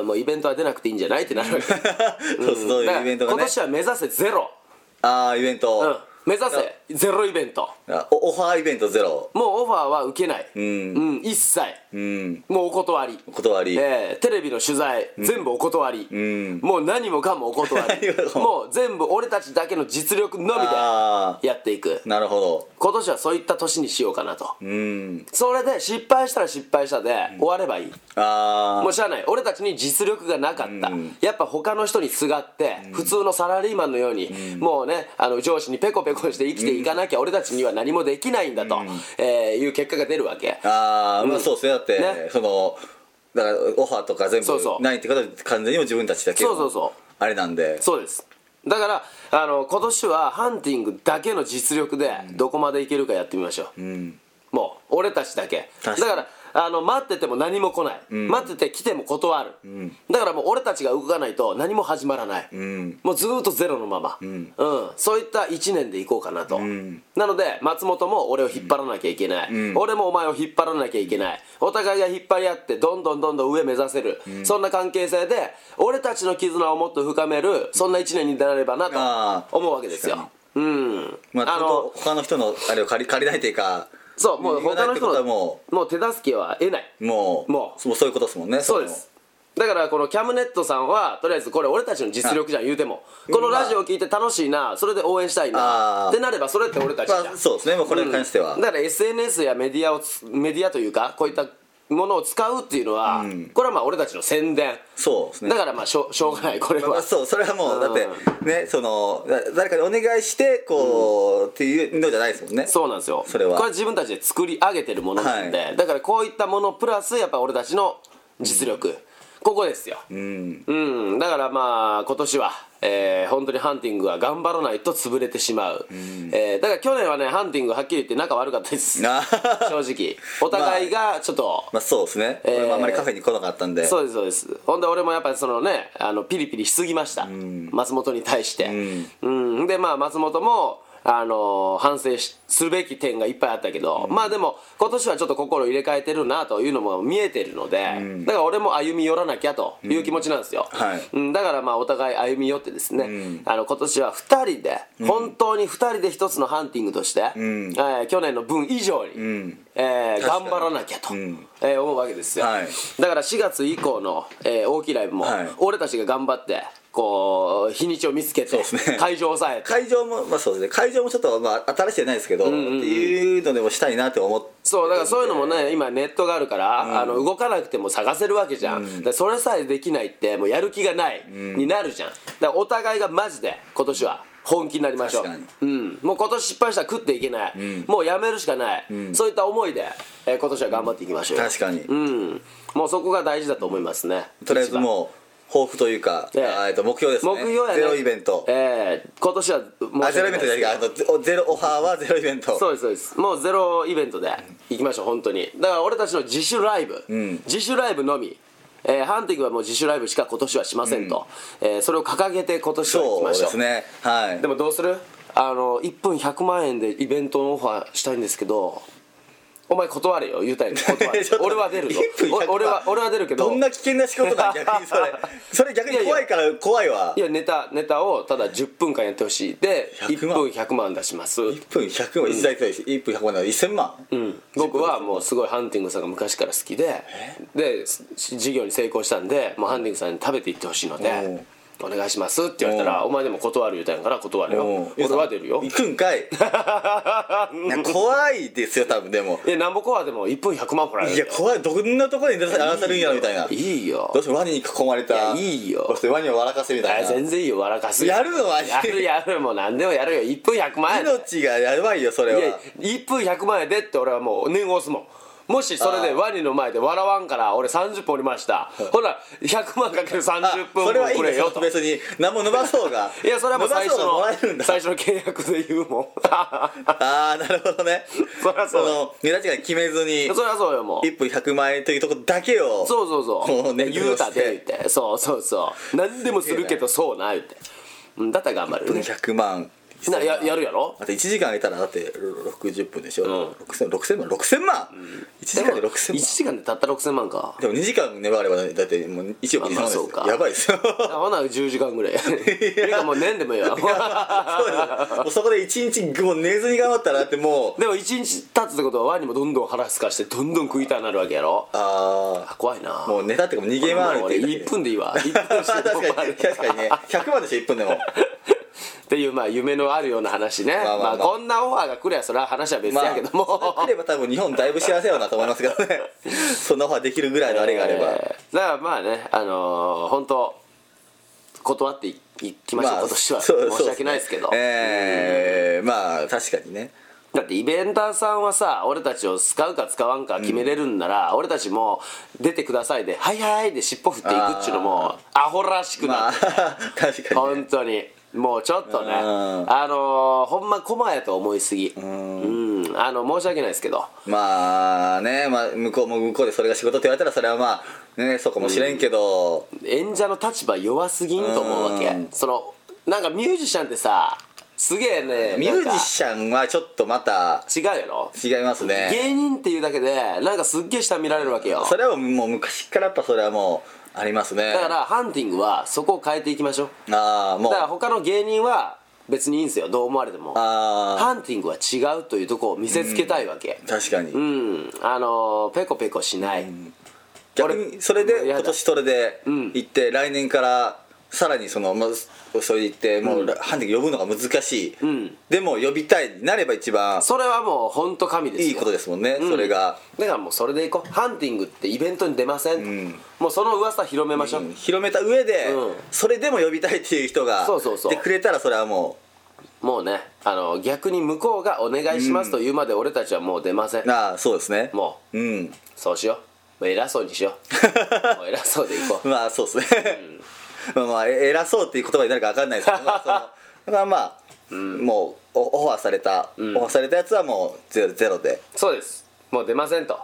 [SPEAKER 1] うん、もうイベントは出なくていいんじゃないってなるわけ
[SPEAKER 2] そうそういうイベントが
[SPEAKER 1] だ
[SPEAKER 2] ね
[SPEAKER 1] から今年は目指せゼロ、
[SPEAKER 2] ああイベン
[SPEAKER 1] うん
[SPEAKER 2] ト、、
[SPEAKER 1] 目指せゼロイベント
[SPEAKER 2] あおオファーイベントゼロ
[SPEAKER 1] もうオファーは受けない、うん一切、
[SPEAKER 2] うん
[SPEAKER 1] もうお断り
[SPEAKER 2] お断り、
[SPEAKER 1] えーテレビの取材、全部お断り、
[SPEAKER 2] ん
[SPEAKER 1] もう何もかもお断 り
[SPEAKER 2] 何も
[SPEAKER 1] もう全部俺たちだけの実力のみ
[SPEAKER 2] あ
[SPEAKER 1] でやっていく
[SPEAKER 2] なるほど
[SPEAKER 1] 今年はそういった年にしようかなと、
[SPEAKER 2] うん
[SPEAKER 1] それで失敗したら失敗したで終わればいい、
[SPEAKER 2] あ
[SPEAKER 1] もうしゃあない俺たちに実力がなかった、やっぱ他の人にすがって普通のサラリーマンのように、もうねあの上司にペコペコして生きていかなきゃ俺たちには何もできないんだと、えーいう結果が出るわけ、
[SPEAKER 2] あああまあそうですねだって、
[SPEAKER 1] ね
[SPEAKER 2] そのだからオファーとか全
[SPEAKER 1] そうそ
[SPEAKER 2] 部
[SPEAKER 1] う
[SPEAKER 2] ないってことは完全にもう自分たちだけの
[SPEAKER 1] そうそうそう
[SPEAKER 2] あれなんで
[SPEAKER 1] そうですだからあの今年はハンティングだけの実力でどこまでいけるかやってみましょう、もう俺たちだけだ
[SPEAKER 2] 確かに
[SPEAKER 1] からあの待ってても何も来ない、待ってて来ても断る、だからもう俺たちが動かないと何も始まらない、もうずーっとゼロのまま、うんそういった1年でいこうかなと、なので松本も俺を引っ張らなきゃいけない、俺もお前を引っ張らなきゃいけないお互いが引っ張り合ってどんどんどんどん上目指せる、そんな関係性で俺たちの絆をもっと深めるそんな1年になればな
[SPEAKER 2] あ
[SPEAKER 1] と
[SPEAKER 2] ー
[SPEAKER 1] 思うわけですようん、
[SPEAKER 2] まあ、
[SPEAKER 1] あ
[SPEAKER 2] あ
[SPEAKER 1] の
[SPEAKER 2] の他の人のあれを借り借りないというか
[SPEAKER 1] そうもう他の人
[SPEAKER 2] 言わないってことは
[SPEAKER 1] の
[SPEAKER 2] も
[SPEAKER 1] もう手助けは得ない
[SPEAKER 2] もう
[SPEAKER 1] もう
[SPEAKER 2] そうそういうことですもんね
[SPEAKER 1] そうですだからこのキャムネットさんはとりあえずこれ俺たちの実力じゃん言うてもこのラジオ聞いて楽しいなそれで応援したい
[SPEAKER 2] あ
[SPEAKER 1] な
[SPEAKER 2] ー
[SPEAKER 1] ってなればそれって俺たちじ
[SPEAKER 2] そ
[SPEAKER 1] ゃ
[SPEAKER 2] の
[SPEAKER 1] ん
[SPEAKER 2] まあ、そうですねもうこれに関しては、
[SPEAKER 1] うんだから SNS やメディアをつメディアというかこういったものを使うっていうのは、これはまあ俺たちの宣伝
[SPEAKER 2] そうですね
[SPEAKER 1] だからまあしょう しょうがないこれは、
[SPEAKER 2] まあ、そうそれはもうだってねそのだ誰かにお願いしてこう、っていうのじゃないですもんね
[SPEAKER 1] そうなんですよ
[SPEAKER 2] それは
[SPEAKER 1] これ自分たちで作り上げてるものなんで、だからこういったものプラスやっぱ俺たちの実力、ここですよ
[SPEAKER 2] うん
[SPEAKER 1] うん、だからまあ今年は、えー本当にハンティングは頑張らないと潰れてしまう、えーだから去年はねハンティングはっきり言って仲悪かったです正
[SPEAKER 2] あー
[SPEAKER 1] 直お互いがちょっと、
[SPEAKER 2] まあそうですね、
[SPEAKER 1] え
[SPEAKER 2] 俺
[SPEAKER 1] ー
[SPEAKER 2] もあんまりカフェに来なかったんで
[SPEAKER 1] そうですそうですほんで俺もやっぱりそのねあのピリピリしすぎました、松本に対してうん、でまあ松本もあのー反省しするべき点がいっぱいあったけど、まあでも今年はちょっと心入れ替えてるなというのも見えてるので、だから俺も歩み寄らなきゃという気持ちなんですよ、
[SPEAKER 2] うんはい
[SPEAKER 1] うん、だからまあお互い歩み寄ってですね、あの今年は2人で、本当に2人で一つのハンティングとして、
[SPEAKER 2] ん
[SPEAKER 1] えー去年の分以上に、
[SPEAKER 2] ん
[SPEAKER 1] えー
[SPEAKER 2] 確か
[SPEAKER 1] 頑
[SPEAKER 2] に
[SPEAKER 1] 張らなきゃと、
[SPEAKER 2] ん
[SPEAKER 1] えー思うわけですよ、
[SPEAKER 2] はい
[SPEAKER 1] だから4月以降の、えー大きいライブも、
[SPEAKER 2] はい
[SPEAKER 1] 俺たちが頑張ってこう日にちを見つけて、
[SPEAKER 2] うですね
[SPEAKER 1] 会場を抑えて
[SPEAKER 2] 会場もまあそうですね会場もちょっと、まあ、新しいじゃないですけど、っていうのでもしたいなって思って
[SPEAKER 1] そうだからそういうのもね今ネットがあるから、あの動かなくても探せるわけじゃん、だからそれさえできないってもうやる気がない、になるじゃんだからお互いがマジで今年は本気になりましょう
[SPEAKER 2] 確か
[SPEAKER 1] うん、もう今年失敗したら食っていけない、もうやめるしかない、そういった思いで、えー今年は頑張っていきましょうよ
[SPEAKER 2] 確かに
[SPEAKER 1] うんもうそこが大事だと思いますね
[SPEAKER 2] とりあえずもう抱負というか、
[SPEAKER 1] ええ
[SPEAKER 2] あーえっと目標ですね
[SPEAKER 1] 目標やね
[SPEAKER 2] ゼロイベント、
[SPEAKER 1] ええ今年はも
[SPEAKER 2] あゼロイベントじゃないかあとゼロオファーはゼロイベント
[SPEAKER 1] そうですそうですもうゼロイベントで行きましょう本当にだから俺たちの自主ライブ、
[SPEAKER 2] ん
[SPEAKER 1] 自主ライブのみえー、ハンティングはもう自主ライブしか今年はしませんと、えーそれを掲げて今年は行き
[SPEAKER 2] そう
[SPEAKER 1] ま
[SPEAKER 2] で
[SPEAKER 1] しょう
[SPEAKER 2] すねはい
[SPEAKER 1] でもどうするあの1分100万円でイベントのオファーしたいんですけどお前断れよ言う たいの断れ
[SPEAKER 2] ちょっと
[SPEAKER 1] 俺は出るぞ
[SPEAKER 2] 1分100
[SPEAKER 1] お俺は俺は出るけど
[SPEAKER 2] どんな危険な仕事だ逆にそ れそれ逆に怖いから怖いわ
[SPEAKER 1] いやネタネタをただ10分間やってほしいで1
[SPEAKER 2] 100
[SPEAKER 1] 分
[SPEAKER 2] 万
[SPEAKER 1] 100万出します
[SPEAKER 2] 1分100万一台1分100万なら1000万、
[SPEAKER 1] うん、僕はもうすごいハンティングさんが昔から好きででし事業に成功したんでもうハンティングさんに食べていってほしいので「お願いします」って言われたら「お前でも断る」言うたんやから断るよ俺は出るよ
[SPEAKER 2] 行くんかいいや怖いですよ多分でも
[SPEAKER 1] えなんぼこはでも1分100万もら
[SPEAKER 2] い
[SPEAKER 1] える
[SPEAKER 2] や
[SPEAKER 1] よ
[SPEAKER 2] 怖いどんなところに出されるんやろみたいない
[SPEAKER 1] いよ
[SPEAKER 2] どうしてワニに囲まれた
[SPEAKER 1] いやいいよ
[SPEAKER 2] そしてワニを笑かせみた
[SPEAKER 1] あ
[SPEAKER 2] いな
[SPEAKER 1] 全然いいよ笑かす
[SPEAKER 2] やるのワニ
[SPEAKER 1] やるやるもう何でもやるよ1分100万円
[SPEAKER 2] 命がやばいよそれ
[SPEAKER 1] いや
[SPEAKER 2] は
[SPEAKER 1] 1分100万円でって俺はもう念を押すもんもしそれで
[SPEAKER 2] あー
[SPEAKER 1] ワニの前で笑わんから俺30分おりましたほら100万かけ
[SPEAKER 2] あ
[SPEAKER 1] る30分
[SPEAKER 2] それはいい
[SPEAKER 1] 分
[SPEAKER 2] んで
[SPEAKER 1] くれ
[SPEAKER 2] す
[SPEAKER 1] よ
[SPEAKER 2] よ
[SPEAKER 1] と
[SPEAKER 2] 別に何も伸ばそうが
[SPEAKER 1] いやそれはもう最
[SPEAKER 2] 伸
[SPEAKER 1] 初
[SPEAKER 2] ばそうがもらえるん
[SPEAKER 1] の
[SPEAKER 2] だ
[SPEAKER 1] 最初の契約で言うもん
[SPEAKER 2] ああなるほどね
[SPEAKER 1] そりゃそうだ
[SPEAKER 2] の値段しか決めずに
[SPEAKER 1] そりゃそうよもう
[SPEAKER 2] 1分100万円というとこだけを
[SPEAKER 1] そうそうそ
[SPEAKER 2] も
[SPEAKER 1] う
[SPEAKER 2] うね
[SPEAKER 1] 言うたで言ってそうそうそう何でもするけどそうな言ってうんだったら頑張るよね
[SPEAKER 2] 1 0 0万
[SPEAKER 1] なややるやろ
[SPEAKER 2] あと1時間あげたらだって60分でしょ、
[SPEAKER 1] うん
[SPEAKER 2] 6000 6000万6000万、一1時間で6000万
[SPEAKER 1] 1時間でたった6000万か
[SPEAKER 2] でも2時間粘ればだってもう1億2 0万
[SPEAKER 1] あまあ
[SPEAKER 2] です
[SPEAKER 1] そうか
[SPEAKER 2] やばいですよ
[SPEAKER 1] あほな10時間 ぐらいていうかもう年でもいいわ
[SPEAKER 2] そうですもうそこで一日もう寝ずに頑張ったらだってもう
[SPEAKER 1] でも1日経つってことはワニもどんどん腹すかしてどんどん食いたくなるわけやろ
[SPEAKER 2] あ
[SPEAKER 1] 怖いな
[SPEAKER 2] あもう寝たっていうかもう逃げ回るっていうだけで
[SPEAKER 1] 1分でい いわ1分して
[SPEAKER 2] 確かに確かにね100万でしょ1分でも
[SPEAKER 1] っていうまあ夢のあるような話ね、ま
[SPEAKER 2] ま
[SPEAKER 1] あ
[SPEAKER 2] あまあまあ
[SPEAKER 1] こんなオファーが来りゃそれは話は別
[SPEAKER 2] まあ
[SPEAKER 1] やけども、
[SPEAKER 2] それ来れば多分日本だいぶ幸せよなと思いますけど ねそんなオファーできるぐらいのあれがあれば、
[SPEAKER 1] えーだからまあねあのー本当断っていいきましょう、今年は
[SPEAKER 2] そう
[SPEAKER 1] 申し訳ないですけど
[SPEAKER 2] そうねえーまあ確かにね
[SPEAKER 1] だってイベンターさんはさ俺たちを使うか使わんか決めれるんなら、俺たちも「出てください」で「はいはい」で尻尾振っていくっちゅうのもアホらしくなる
[SPEAKER 2] まあ 確かに、
[SPEAKER 1] 本
[SPEAKER 2] ね、
[SPEAKER 1] 当にもうちょっとね
[SPEAKER 2] うん
[SPEAKER 1] あのーほんま駒やと思いすぎうんあの申し訳ないですけど
[SPEAKER 2] まあね、まあ、向こうも向こうでそれが仕事って言われたらそれはまあねそうかもしれんけど、
[SPEAKER 1] 演者の立場弱すぎんと思うわけ
[SPEAKER 2] うん
[SPEAKER 1] そのなんかミュージシャンってさすげえね
[SPEAKER 2] ミュージ
[SPEAKER 1] シ
[SPEAKER 2] シャンはちょっとまた
[SPEAKER 1] ャン違うやろ
[SPEAKER 2] 違いますね
[SPEAKER 1] 芸人っていうだけでなんかすっげえ下見られるわけよ
[SPEAKER 2] それはもう昔からやっぱそれはもうありますね
[SPEAKER 1] だからハンティングはそこを変えていきましょう
[SPEAKER 2] ああもう
[SPEAKER 1] だから他の芸人は別にいいんですよどう思われても
[SPEAKER 2] あ
[SPEAKER 1] ハンティングは違うというとこを見せつけたいわけ
[SPEAKER 2] あ確かに、
[SPEAKER 1] うんあのーペコペコしない、
[SPEAKER 2] 逆にそれ
[SPEAKER 1] もう
[SPEAKER 2] で
[SPEAKER 1] やだ
[SPEAKER 2] 今年それで
[SPEAKER 1] ん
[SPEAKER 2] 行って、来年からさらにその、まあ、そそれで行ってもう、ハンディ呼ぶのが難しい、
[SPEAKER 1] ん
[SPEAKER 2] でも呼びたいになれば一番
[SPEAKER 1] それはもう本当神ですよ
[SPEAKER 2] いいことですもんね、
[SPEAKER 1] うん
[SPEAKER 2] それが、
[SPEAKER 1] だからもうそれでいこうハンティングってイベントに出ません、もうその噂広めましょう、
[SPEAKER 2] うん広めた上で、
[SPEAKER 1] うん
[SPEAKER 2] それでも呼びたいっていう人が
[SPEAKER 1] そうそうそう
[SPEAKER 2] でくれたらそれはも
[SPEAKER 1] もうねあの逆に向こうがお願いしますと言うまで俺たちはもう出ません、
[SPEAKER 2] うああそうですね
[SPEAKER 1] も
[SPEAKER 2] ううん
[SPEAKER 1] そうしようまあ、偉そうにしよ うもう偉そうでいこう
[SPEAKER 2] まあそうですね、まあまあえ偉そうっていう言葉になるか分かんないですけ ど、まあ、そのまあまあ、もうオオファーされた、
[SPEAKER 1] ん
[SPEAKER 2] オファーされたやつはもうゼロゼロで
[SPEAKER 1] そうですもう出ませんと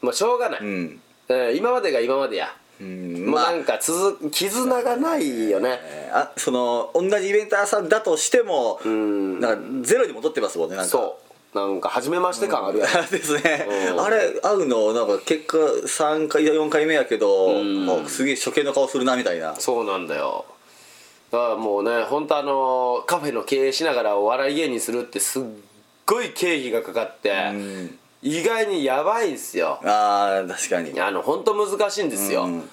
[SPEAKER 1] もうしょうがない、
[SPEAKER 2] うん、
[SPEAKER 1] えー今までが今までや、
[SPEAKER 2] うん、
[SPEAKER 1] もう
[SPEAKER 2] まあ
[SPEAKER 1] なんか続絆がないよね
[SPEAKER 2] えーあその同じイベンターさんだとしても、
[SPEAKER 1] ん
[SPEAKER 2] なんかゼロに戻ってますもんねなんか
[SPEAKER 1] そうなんか初めまして感あるやん、
[SPEAKER 2] ですね
[SPEAKER 1] うん
[SPEAKER 2] あれ会うのなんか結果3回4回目やけど
[SPEAKER 1] ん
[SPEAKER 2] もうすげえ初見の顔するなみたいな
[SPEAKER 1] そうなんだよだからもうね本当あのカフェの経営しながらお笑い芸人するってすっごい経費がかかって、
[SPEAKER 2] うん
[SPEAKER 1] 意外にやばいんすよ
[SPEAKER 2] あー確かに
[SPEAKER 1] あの本当難しいんですよ、
[SPEAKER 2] うん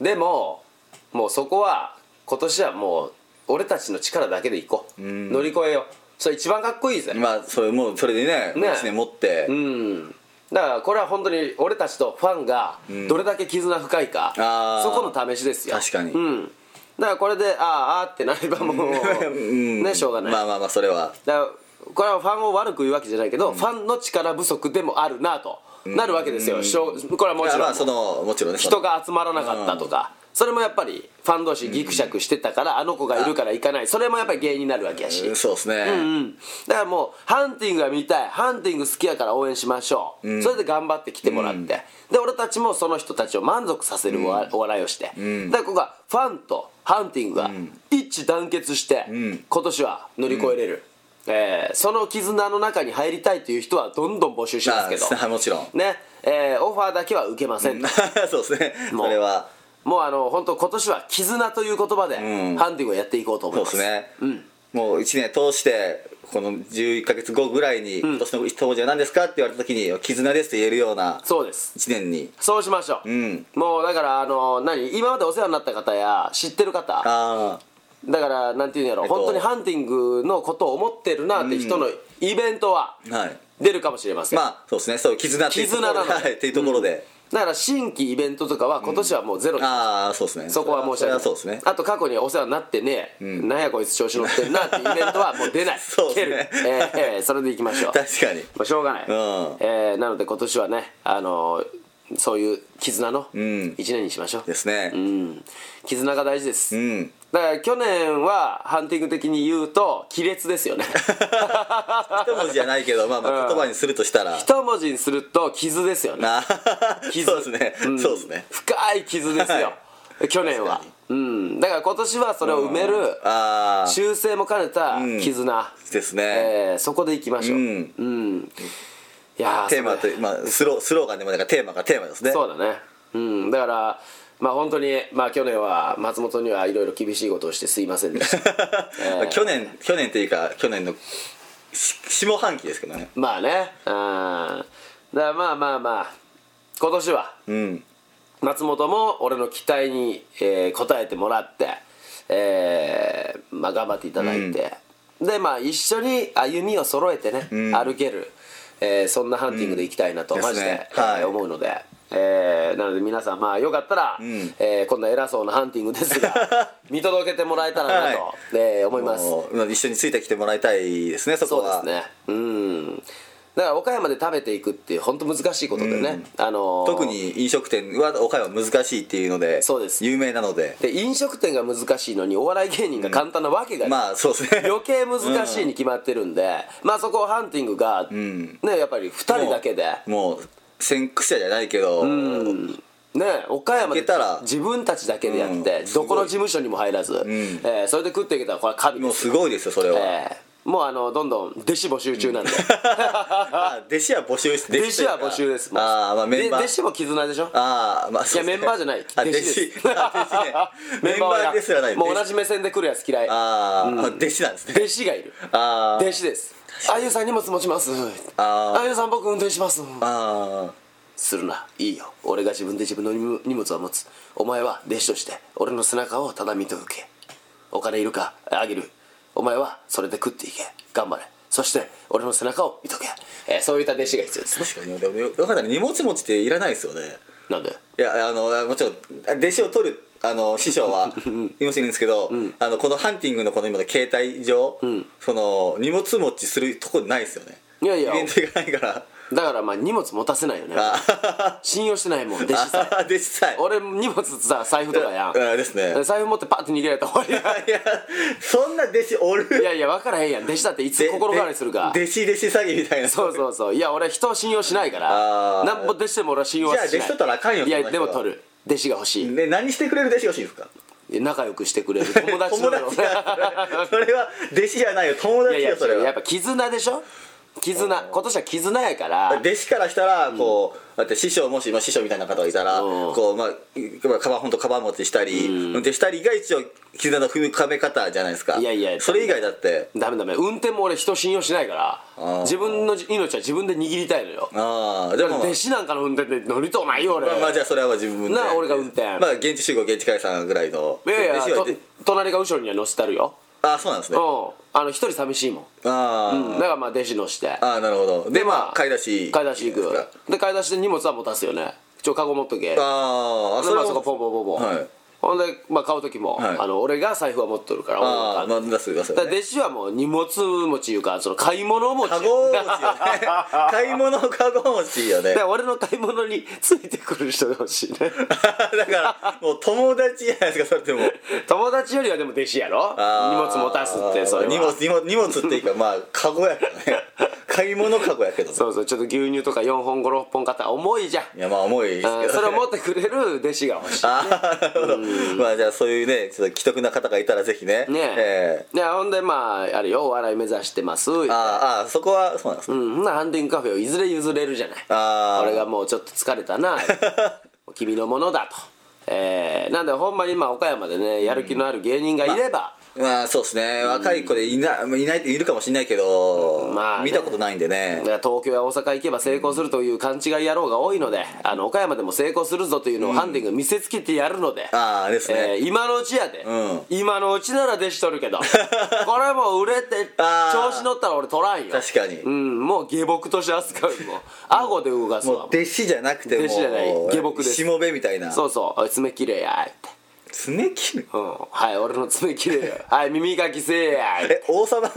[SPEAKER 1] でももうそこは今年はもう俺たちの力だけでいこう、
[SPEAKER 2] ん
[SPEAKER 1] 乗り越えようそれ一番かっこいいぜ
[SPEAKER 2] まあそれもうそれでね
[SPEAKER 1] ね
[SPEAKER 2] 1年持って、
[SPEAKER 1] うんだからこれは本当に俺たちとファンがどれだけ絆深いか、
[SPEAKER 2] あー
[SPEAKER 1] そこの試しですよ
[SPEAKER 2] 確かに
[SPEAKER 1] うんだからこれであーあーってなればもう、
[SPEAKER 2] うん
[SPEAKER 1] ねしょうがない、
[SPEAKER 2] まあまあまあそれは
[SPEAKER 1] だからこれはファンを悪く言うわけじゃないけど、ファンの力不足でもあるなと、なるわけですよ、しょうこれはもちろん、
[SPEAKER 2] まあそのもちろんねその
[SPEAKER 1] 人が集まらなかったとか、それもやっぱりファン同士ギクシャクしてたから、あの子がいるから行かないそれもやっぱり原因になるわけやし、
[SPEAKER 2] うんそうですね、
[SPEAKER 1] うん、だからもうハンティングが見たいハンティング好きやから応援しましょう、それで頑張って来てもらって、で俺たちもその人たちを満足させるお,、お笑いをして、だからここはファンとハンティングが一致団結して、今年は乗り越えれる、えーその絆の中に入りたいという人はどんどん募集しますけど、
[SPEAKER 2] まあもちろん
[SPEAKER 1] ねえーオファーだけは受けませんと、
[SPEAKER 2] そうですね
[SPEAKER 1] もう
[SPEAKER 2] それは
[SPEAKER 1] もうあの本当今年は絆という言葉で、
[SPEAKER 2] うん
[SPEAKER 1] ハンティングをやっていこうと思い
[SPEAKER 2] そう
[SPEAKER 1] ま
[SPEAKER 2] ですすね、
[SPEAKER 1] うん
[SPEAKER 2] もう1年通してこの11か月後ぐらいに今年の一文字は何ですかって言われた時に「絆です」って言えるような
[SPEAKER 1] そうです
[SPEAKER 2] 1年に
[SPEAKER 1] そうしましょう、
[SPEAKER 2] うん
[SPEAKER 1] もうだからあの何今までお世話になった方や知ってる方
[SPEAKER 2] ああ
[SPEAKER 1] だからなんていうんやろ、
[SPEAKER 2] っと
[SPEAKER 1] 本当にハンティングのことを思ってるなって人のイベントは
[SPEAKER 2] はい
[SPEAKER 1] 出るかもしれません、
[SPEAKER 2] まあそうですねそう絆っていうとこ
[SPEAKER 1] 絆
[SPEAKER 2] ろ
[SPEAKER 1] なの
[SPEAKER 2] はいっていうところで、
[SPEAKER 1] だから新規イベントとかは今年はもうゼロ、
[SPEAKER 2] ああそうですね
[SPEAKER 1] そこは申し訳ない
[SPEAKER 2] それはそうですね
[SPEAKER 1] あと過去にお世話になってね、なんやこいつ調子乗ってるなっていうイベントはもう出ない
[SPEAKER 2] そうですね
[SPEAKER 1] 蹴るえーえーそれでいきましょう
[SPEAKER 2] 確かに
[SPEAKER 1] まあ、しょうがない、
[SPEAKER 2] うん
[SPEAKER 1] えーなので今年はね、あのーそういう絆の
[SPEAKER 2] ん
[SPEAKER 1] 1年にしましょう、
[SPEAKER 2] ですね
[SPEAKER 1] うん、絆が大事です、
[SPEAKER 2] うん
[SPEAKER 1] だから去年はハンティング的に言うと亀裂ですよ ね
[SPEAKER 2] 一文字じゃないけどまあま
[SPEAKER 1] う
[SPEAKER 2] あ
[SPEAKER 1] ん
[SPEAKER 2] 言葉にするとしたら、
[SPEAKER 1] 一文字にすると傷ですよね
[SPEAKER 2] なそうですね、
[SPEAKER 1] ん
[SPEAKER 2] そうですね
[SPEAKER 1] 深い傷ですよ、去年はうんだから今年はそれを埋める
[SPEAKER 2] ああ
[SPEAKER 1] 修正も兼ねた絆、
[SPEAKER 2] ですね、
[SPEAKER 1] えーそこでいきましょう
[SPEAKER 2] う、
[SPEAKER 1] うんいや
[SPEAKER 2] テーマ
[SPEAKER 1] そ
[SPEAKER 2] と
[SPEAKER 1] れ
[SPEAKER 2] まあスロースローガンでもなんかテーマがテーマですね
[SPEAKER 1] そうだねうんだからまあ本当にまあ去年は松本にはいろいろ厳しいことをしてすいませんでした えー
[SPEAKER 2] 去年去年っていうか去年のし下半期ですけどね
[SPEAKER 1] まあねうんだからまあまあまあ今年は
[SPEAKER 2] うん
[SPEAKER 1] 松本も俺の期待に、えー応えてもらって、えーまあ、頑張っていただいて、でまあ一緒に歩みを揃えてね、歩ける、えーそんなハンティングでいきたいなと、
[SPEAKER 2] うん
[SPEAKER 1] マジで
[SPEAKER 2] ですねはい
[SPEAKER 1] えー思うので、えーなので皆さんまあよかったら、えーこんな偉そうなハンティングで すが見届けてもらえたらなと、
[SPEAKER 2] は
[SPEAKER 1] えー思います。
[SPEAKER 2] もう一緒についてきてもらいたいですねそ
[SPEAKER 1] そ
[SPEAKER 2] こ
[SPEAKER 1] うで
[SPEAKER 2] は
[SPEAKER 1] すねうんだから岡山で食べていくって本当難しいことでね、あのー
[SPEAKER 2] 特に飲食店は岡山難しいっていうので
[SPEAKER 1] そうです
[SPEAKER 2] 有名なので
[SPEAKER 1] で飲食店が難しいのにお笑い芸人が簡単なわけがない、
[SPEAKER 2] まあそうですね
[SPEAKER 1] 余計難しいに決まってるんで、まあそこをハンティングが、
[SPEAKER 2] ん
[SPEAKER 1] ねやっぱり2人だけで
[SPEAKER 2] もう先駆者じゃないけど、
[SPEAKER 1] ね岡山で
[SPEAKER 2] いけたら
[SPEAKER 1] 自分たちだけでやって、
[SPEAKER 2] うんす
[SPEAKER 1] ど
[SPEAKER 2] ごい
[SPEAKER 1] この事務所にも入らず、えーそれで食っていけたらこれは神
[SPEAKER 2] も
[SPEAKER 1] で
[SPEAKER 2] う
[SPEAKER 1] す
[SPEAKER 2] すごいですよそれは、
[SPEAKER 1] えーもうあのどんどん弟子募集中なんで、
[SPEAKER 2] あ弟子は募集して
[SPEAKER 1] 弟子は募集ですもう
[SPEAKER 2] ああまあメンバー
[SPEAKER 1] で弟子も絆でしょ
[SPEAKER 2] ああまあそう
[SPEAKER 1] いやメンバーじゃない
[SPEAKER 2] あ
[SPEAKER 1] 弟子です
[SPEAKER 2] 弟子 あ弟子ねメンバーですらない
[SPEAKER 1] もう
[SPEAKER 2] 弟
[SPEAKER 1] 同
[SPEAKER 2] 子
[SPEAKER 1] じ目線で来るやつ嫌い
[SPEAKER 2] あー、あ弟子なんですね
[SPEAKER 1] 弟子がいる
[SPEAKER 2] あー
[SPEAKER 1] 弟子ですあゆさん荷物持ちます
[SPEAKER 2] あー
[SPEAKER 1] あゆさん僕運転します
[SPEAKER 2] あ
[SPEAKER 1] するないいよ俺が自分で自分の荷荷物は持つお前は弟子として俺の背中をただ見届けお金いるかあげるお前はそれで食っていけ頑張れそして俺の背中を見とけ、えーそういった弟子が必要です
[SPEAKER 2] ー確かにでもよかったね荷物持ちっていらないですよね
[SPEAKER 1] なんで
[SPEAKER 2] いやあのもちろん弟子を取るあの師匠はいますいるんですけど、あのこのハンティングのこの今の携帯上、その荷物持ちするとこないですよね
[SPEAKER 1] いやいや
[SPEAKER 2] イベントがないから
[SPEAKER 1] だからまあ荷物持たせないよね
[SPEAKER 2] あ
[SPEAKER 1] 信用してないもん弟子さ ん
[SPEAKER 2] あ 弟子さん
[SPEAKER 1] 俺荷物さ財布とかやん
[SPEAKER 2] うんですね
[SPEAKER 1] 財布持ってパッて逃げられたら終わ
[SPEAKER 2] い
[SPEAKER 1] り
[SPEAKER 2] やそんな弟子おる
[SPEAKER 1] やいやいや分からへんやん弟子だっていつ
[SPEAKER 2] で
[SPEAKER 1] 心変わりするか
[SPEAKER 2] で弟子弟子詐欺みたいな
[SPEAKER 1] そうそうそういや俺人を信用しないから
[SPEAKER 2] あー
[SPEAKER 1] なんぼ弟子でも俺は信用はしない
[SPEAKER 2] じゃあ弟子取ったらあかんよ
[SPEAKER 1] い
[SPEAKER 2] そん
[SPEAKER 1] や
[SPEAKER 2] な
[SPEAKER 1] で
[SPEAKER 2] 人は
[SPEAKER 1] も取る弟子が欲しい
[SPEAKER 2] ね何してくれる弟子が欲しいんですか
[SPEAKER 1] で仲良くしてくれる友達
[SPEAKER 2] 友
[SPEAKER 1] の
[SPEAKER 2] 達が それそれは弟子じゃないよ友
[SPEAKER 1] いや
[SPEAKER 2] 達
[SPEAKER 1] いや
[SPEAKER 2] よそれ
[SPEAKER 1] 違うやっ
[SPEAKER 2] は
[SPEAKER 1] ぱ絆でしょ絆今年は絆やから
[SPEAKER 2] 弟子からしたらこうだって師匠もし今師匠みたいな方がいたら
[SPEAKER 1] うん
[SPEAKER 2] こうまあカバン本当カバン持ちしたり運転したりが一応絆の踏みめ方じゃないですか
[SPEAKER 1] いやいや
[SPEAKER 2] それ以外だって
[SPEAKER 1] ダメダメ運転も俺人信用しないか
[SPEAKER 2] あ
[SPEAKER 1] ら
[SPEAKER 2] ー
[SPEAKER 1] 自分の命は自分で握りたいのよ
[SPEAKER 2] ああでもまあ
[SPEAKER 1] 弟子なんかの運転で乗りとうないよ俺、
[SPEAKER 2] まあまあじゃあそれは自分で
[SPEAKER 1] なあ俺が運転
[SPEAKER 2] まあ現地集合現地解散ぐらいの
[SPEAKER 1] いやいや
[SPEAKER 2] 弟子は
[SPEAKER 1] と隣が後ろには乗せてあるよ、
[SPEAKER 2] ああそうなんです
[SPEAKER 1] う
[SPEAKER 2] ね
[SPEAKER 1] ん
[SPEAKER 2] あ
[SPEAKER 1] あの一人寂しいもん、
[SPEAKER 2] あ
[SPEAKER 1] うん、だからまあ弟子乗して
[SPEAKER 2] ああなるほどでまあ買い出し
[SPEAKER 1] 買い出し行くで買い出しで荷物は持たすよねちょカゴ持っとけでま
[SPEAKER 2] ああ
[SPEAKER 1] あ
[SPEAKER 2] それは
[SPEAKER 1] そこポンポンポンポン、
[SPEAKER 2] はい
[SPEAKER 1] ほんで、まあ、買う時も、
[SPEAKER 2] はい
[SPEAKER 1] あの俺が財布は持っとるから俺が
[SPEAKER 2] ああまあ出す出す
[SPEAKER 1] だから弟子はもう荷物持ちいうかその買い物持ち
[SPEAKER 2] カゴ持ちよね買い物カゴ持ちよね
[SPEAKER 1] だから俺の買い物についてくる人が欲しいね
[SPEAKER 2] だからもう友達じゃないですかそれってもう
[SPEAKER 1] 友達よりはでも弟子やろ荷
[SPEAKER 2] あー
[SPEAKER 1] 物持たすってそれは
[SPEAKER 2] 荷物荷物荷物っていうかまあカゴやからね 買い物カゴやけどね
[SPEAKER 1] そうそうちょっと牛乳とか4本56本買ったら重いじゃん
[SPEAKER 2] いやまあ重いですけど
[SPEAKER 1] あ
[SPEAKER 2] ね
[SPEAKER 1] ーそれを持ってくれる弟子が欲しい
[SPEAKER 2] ああなるほどまあじゃあそういうねちょっと既得な方がいたらぜひね
[SPEAKER 1] ね
[SPEAKER 2] え
[SPEAKER 1] でほんでまああれよお笑い目指してます
[SPEAKER 2] えああああそこはそうなんです
[SPEAKER 1] う
[SPEAKER 2] ね
[SPEAKER 1] んほんならハンディングカフェをいずれ譲れるじゃない
[SPEAKER 2] あー
[SPEAKER 1] 俺がもうちょっと疲れ たな君のものだとえー、なんでほんまに今岡山でねやる気のある芸人がいれば、
[SPEAKER 2] まあそうですね若い子でいないいないいるかもしれないけど
[SPEAKER 1] まあね
[SPEAKER 2] 見たことないんでね
[SPEAKER 1] だから東京や大阪行けば成功するという勘違い野郎が多いのであの岡山でも成功するぞというのをハンディング見せつけてやるので、
[SPEAKER 2] ああですね
[SPEAKER 1] えー今のうちやで、
[SPEAKER 2] うん
[SPEAKER 1] 今のうちなら弟子取 るけどこれもう売れて
[SPEAKER 2] あー
[SPEAKER 1] 調子乗ったら俺取らんよ
[SPEAKER 2] 確かに
[SPEAKER 1] うんもう下僕として扱うよもう顎で動かす
[SPEAKER 2] もう
[SPEAKER 1] わ
[SPEAKER 2] 弟子じゃなくても
[SPEAKER 1] 弟子じゃない下僕です
[SPEAKER 2] しもべみたいな
[SPEAKER 1] そうそうおい爪切れやって
[SPEAKER 2] 爪切る
[SPEAKER 1] うんはい俺の爪 切れやはい耳かきせえや
[SPEAKER 2] え王 様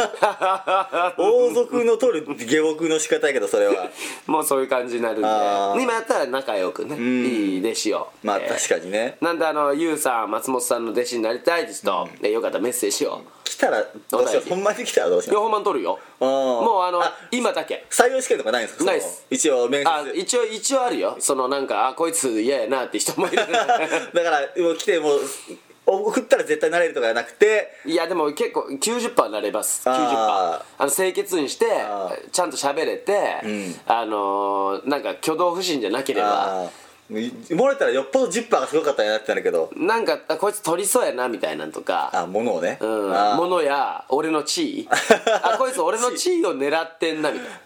[SPEAKER 2] 王族の取る下僕の仕方やけどそれは
[SPEAKER 1] もうそういう感じになるんで
[SPEAKER 2] あー
[SPEAKER 1] 今やったら仲良くね
[SPEAKER 2] ん
[SPEAKER 1] いい弟子を
[SPEAKER 2] まあ
[SPEAKER 1] えー
[SPEAKER 2] 確かにね
[SPEAKER 1] なんであのゆうさん松本さんの弟子になりたいですと、えよかったらメッセージを
[SPEAKER 2] 来たらどうしよ
[SPEAKER 1] お大
[SPEAKER 2] う
[SPEAKER 1] 事
[SPEAKER 2] ほんまに来たらどうしよ
[SPEAKER 1] 両方マン取るよ
[SPEAKER 2] う
[SPEAKER 1] もうあの
[SPEAKER 2] あ
[SPEAKER 1] 今だけ
[SPEAKER 2] 採用試験とかないんですか
[SPEAKER 1] ないっす
[SPEAKER 2] その一応面
[SPEAKER 1] あ
[SPEAKER 2] 接
[SPEAKER 1] 一応一応あるよそのなんかあこいつ嫌やなって人も い る
[SPEAKER 2] だからもう来てもう送ったら絶対なれるとかじゃなくて
[SPEAKER 1] いやでも結構90%なれます90%あ
[SPEAKER 2] あ
[SPEAKER 1] の清潔にして
[SPEAKER 2] あー
[SPEAKER 1] ちゃんと喋れて、
[SPEAKER 2] ん
[SPEAKER 1] あのーなんか挙動不審じゃなければ
[SPEAKER 2] あー漏れたらよっぽどジッパーがすごかったんやなってなるけど
[SPEAKER 1] なんかあこいつ取りそうやなみたいなんとか
[SPEAKER 2] あ物をね
[SPEAKER 1] うん
[SPEAKER 2] あー
[SPEAKER 1] 物や俺の 地位あこいつ俺の地位を狙ってんなみたいな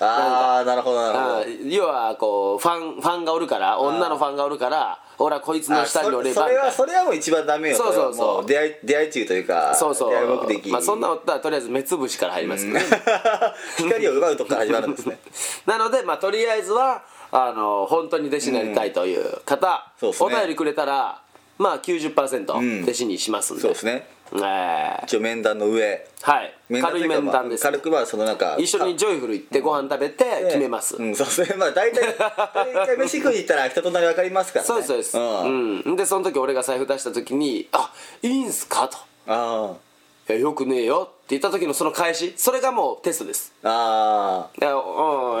[SPEAKER 2] あーなるほどなるほ
[SPEAKER 1] あ
[SPEAKER 2] ど
[SPEAKER 1] 要はこうファンファンがおるから女のファンがおるから俺はこいつの
[SPEAKER 2] あ
[SPEAKER 1] 下に
[SPEAKER 2] そ
[SPEAKER 1] 俺
[SPEAKER 2] そ
[SPEAKER 1] ば
[SPEAKER 2] れはそれはもう一番ダメよ
[SPEAKER 1] そうそうそう
[SPEAKER 2] れはも出会い出会い中というか
[SPEAKER 1] そうそ
[SPEAKER 2] 出会い目
[SPEAKER 1] う
[SPEAKER 2] 的、
[SPEAKER 1] まあ、そんなお ったらとりあえず目つぶしから入りますけどね、
[SPEAKER 2] 光を奪うとこから始まるんですね
[SPEAKER 1] なので、まあ、とりあえずはあの本当に弟子になりたいという方、
[SPEAKER 2] そうっすね
[SPEAKER 1] お便りくれたらまあ
[SPEAKER 2] う
[SPEAKER 1] 90%
[SPEAKER 2] ん
[SPEAKER 1] 弟子にしますんで、
[SPEAKER 2] そうですね
[SPEAKER 1] えー
[SPEAKER 2] 一応面談の上
[SPEAKER 1] はい
[SPEAKER 2] 談と
[SPEAKER 1] 軽
[SPEAKER 2] いう
[SPEAKER 1] い
[SPEAKER 2] か
[SPEAKER 1] 面
[SPEAKER 2] ま
[SPEAKER 1] 談
[SPEAKER 2] あ
[SPEAKER 1] です、
[SPEAKER 2] 軽くまあそのなんか
[SPEAKER 1] 一緒にジョイフル行ってご飯食べて決めます、
[SPEAKER 2] うん、そうですねまあ大 体大体飯食いに行ったら人となり分かりますからね
[SPEAKER 1] そうですそうです、
[SPEAKER 2] うん、あ
[SPEAKER 1] うん、でその時俺が財布出した時に「あいいんすか?」と
[SPEAKER 2] あ
[SPEAKER 1] 「いやよくねえよ」って言った時のその返しそれがもうテストです
[SPEAKER 2] あ
[SPEAKER 1] でう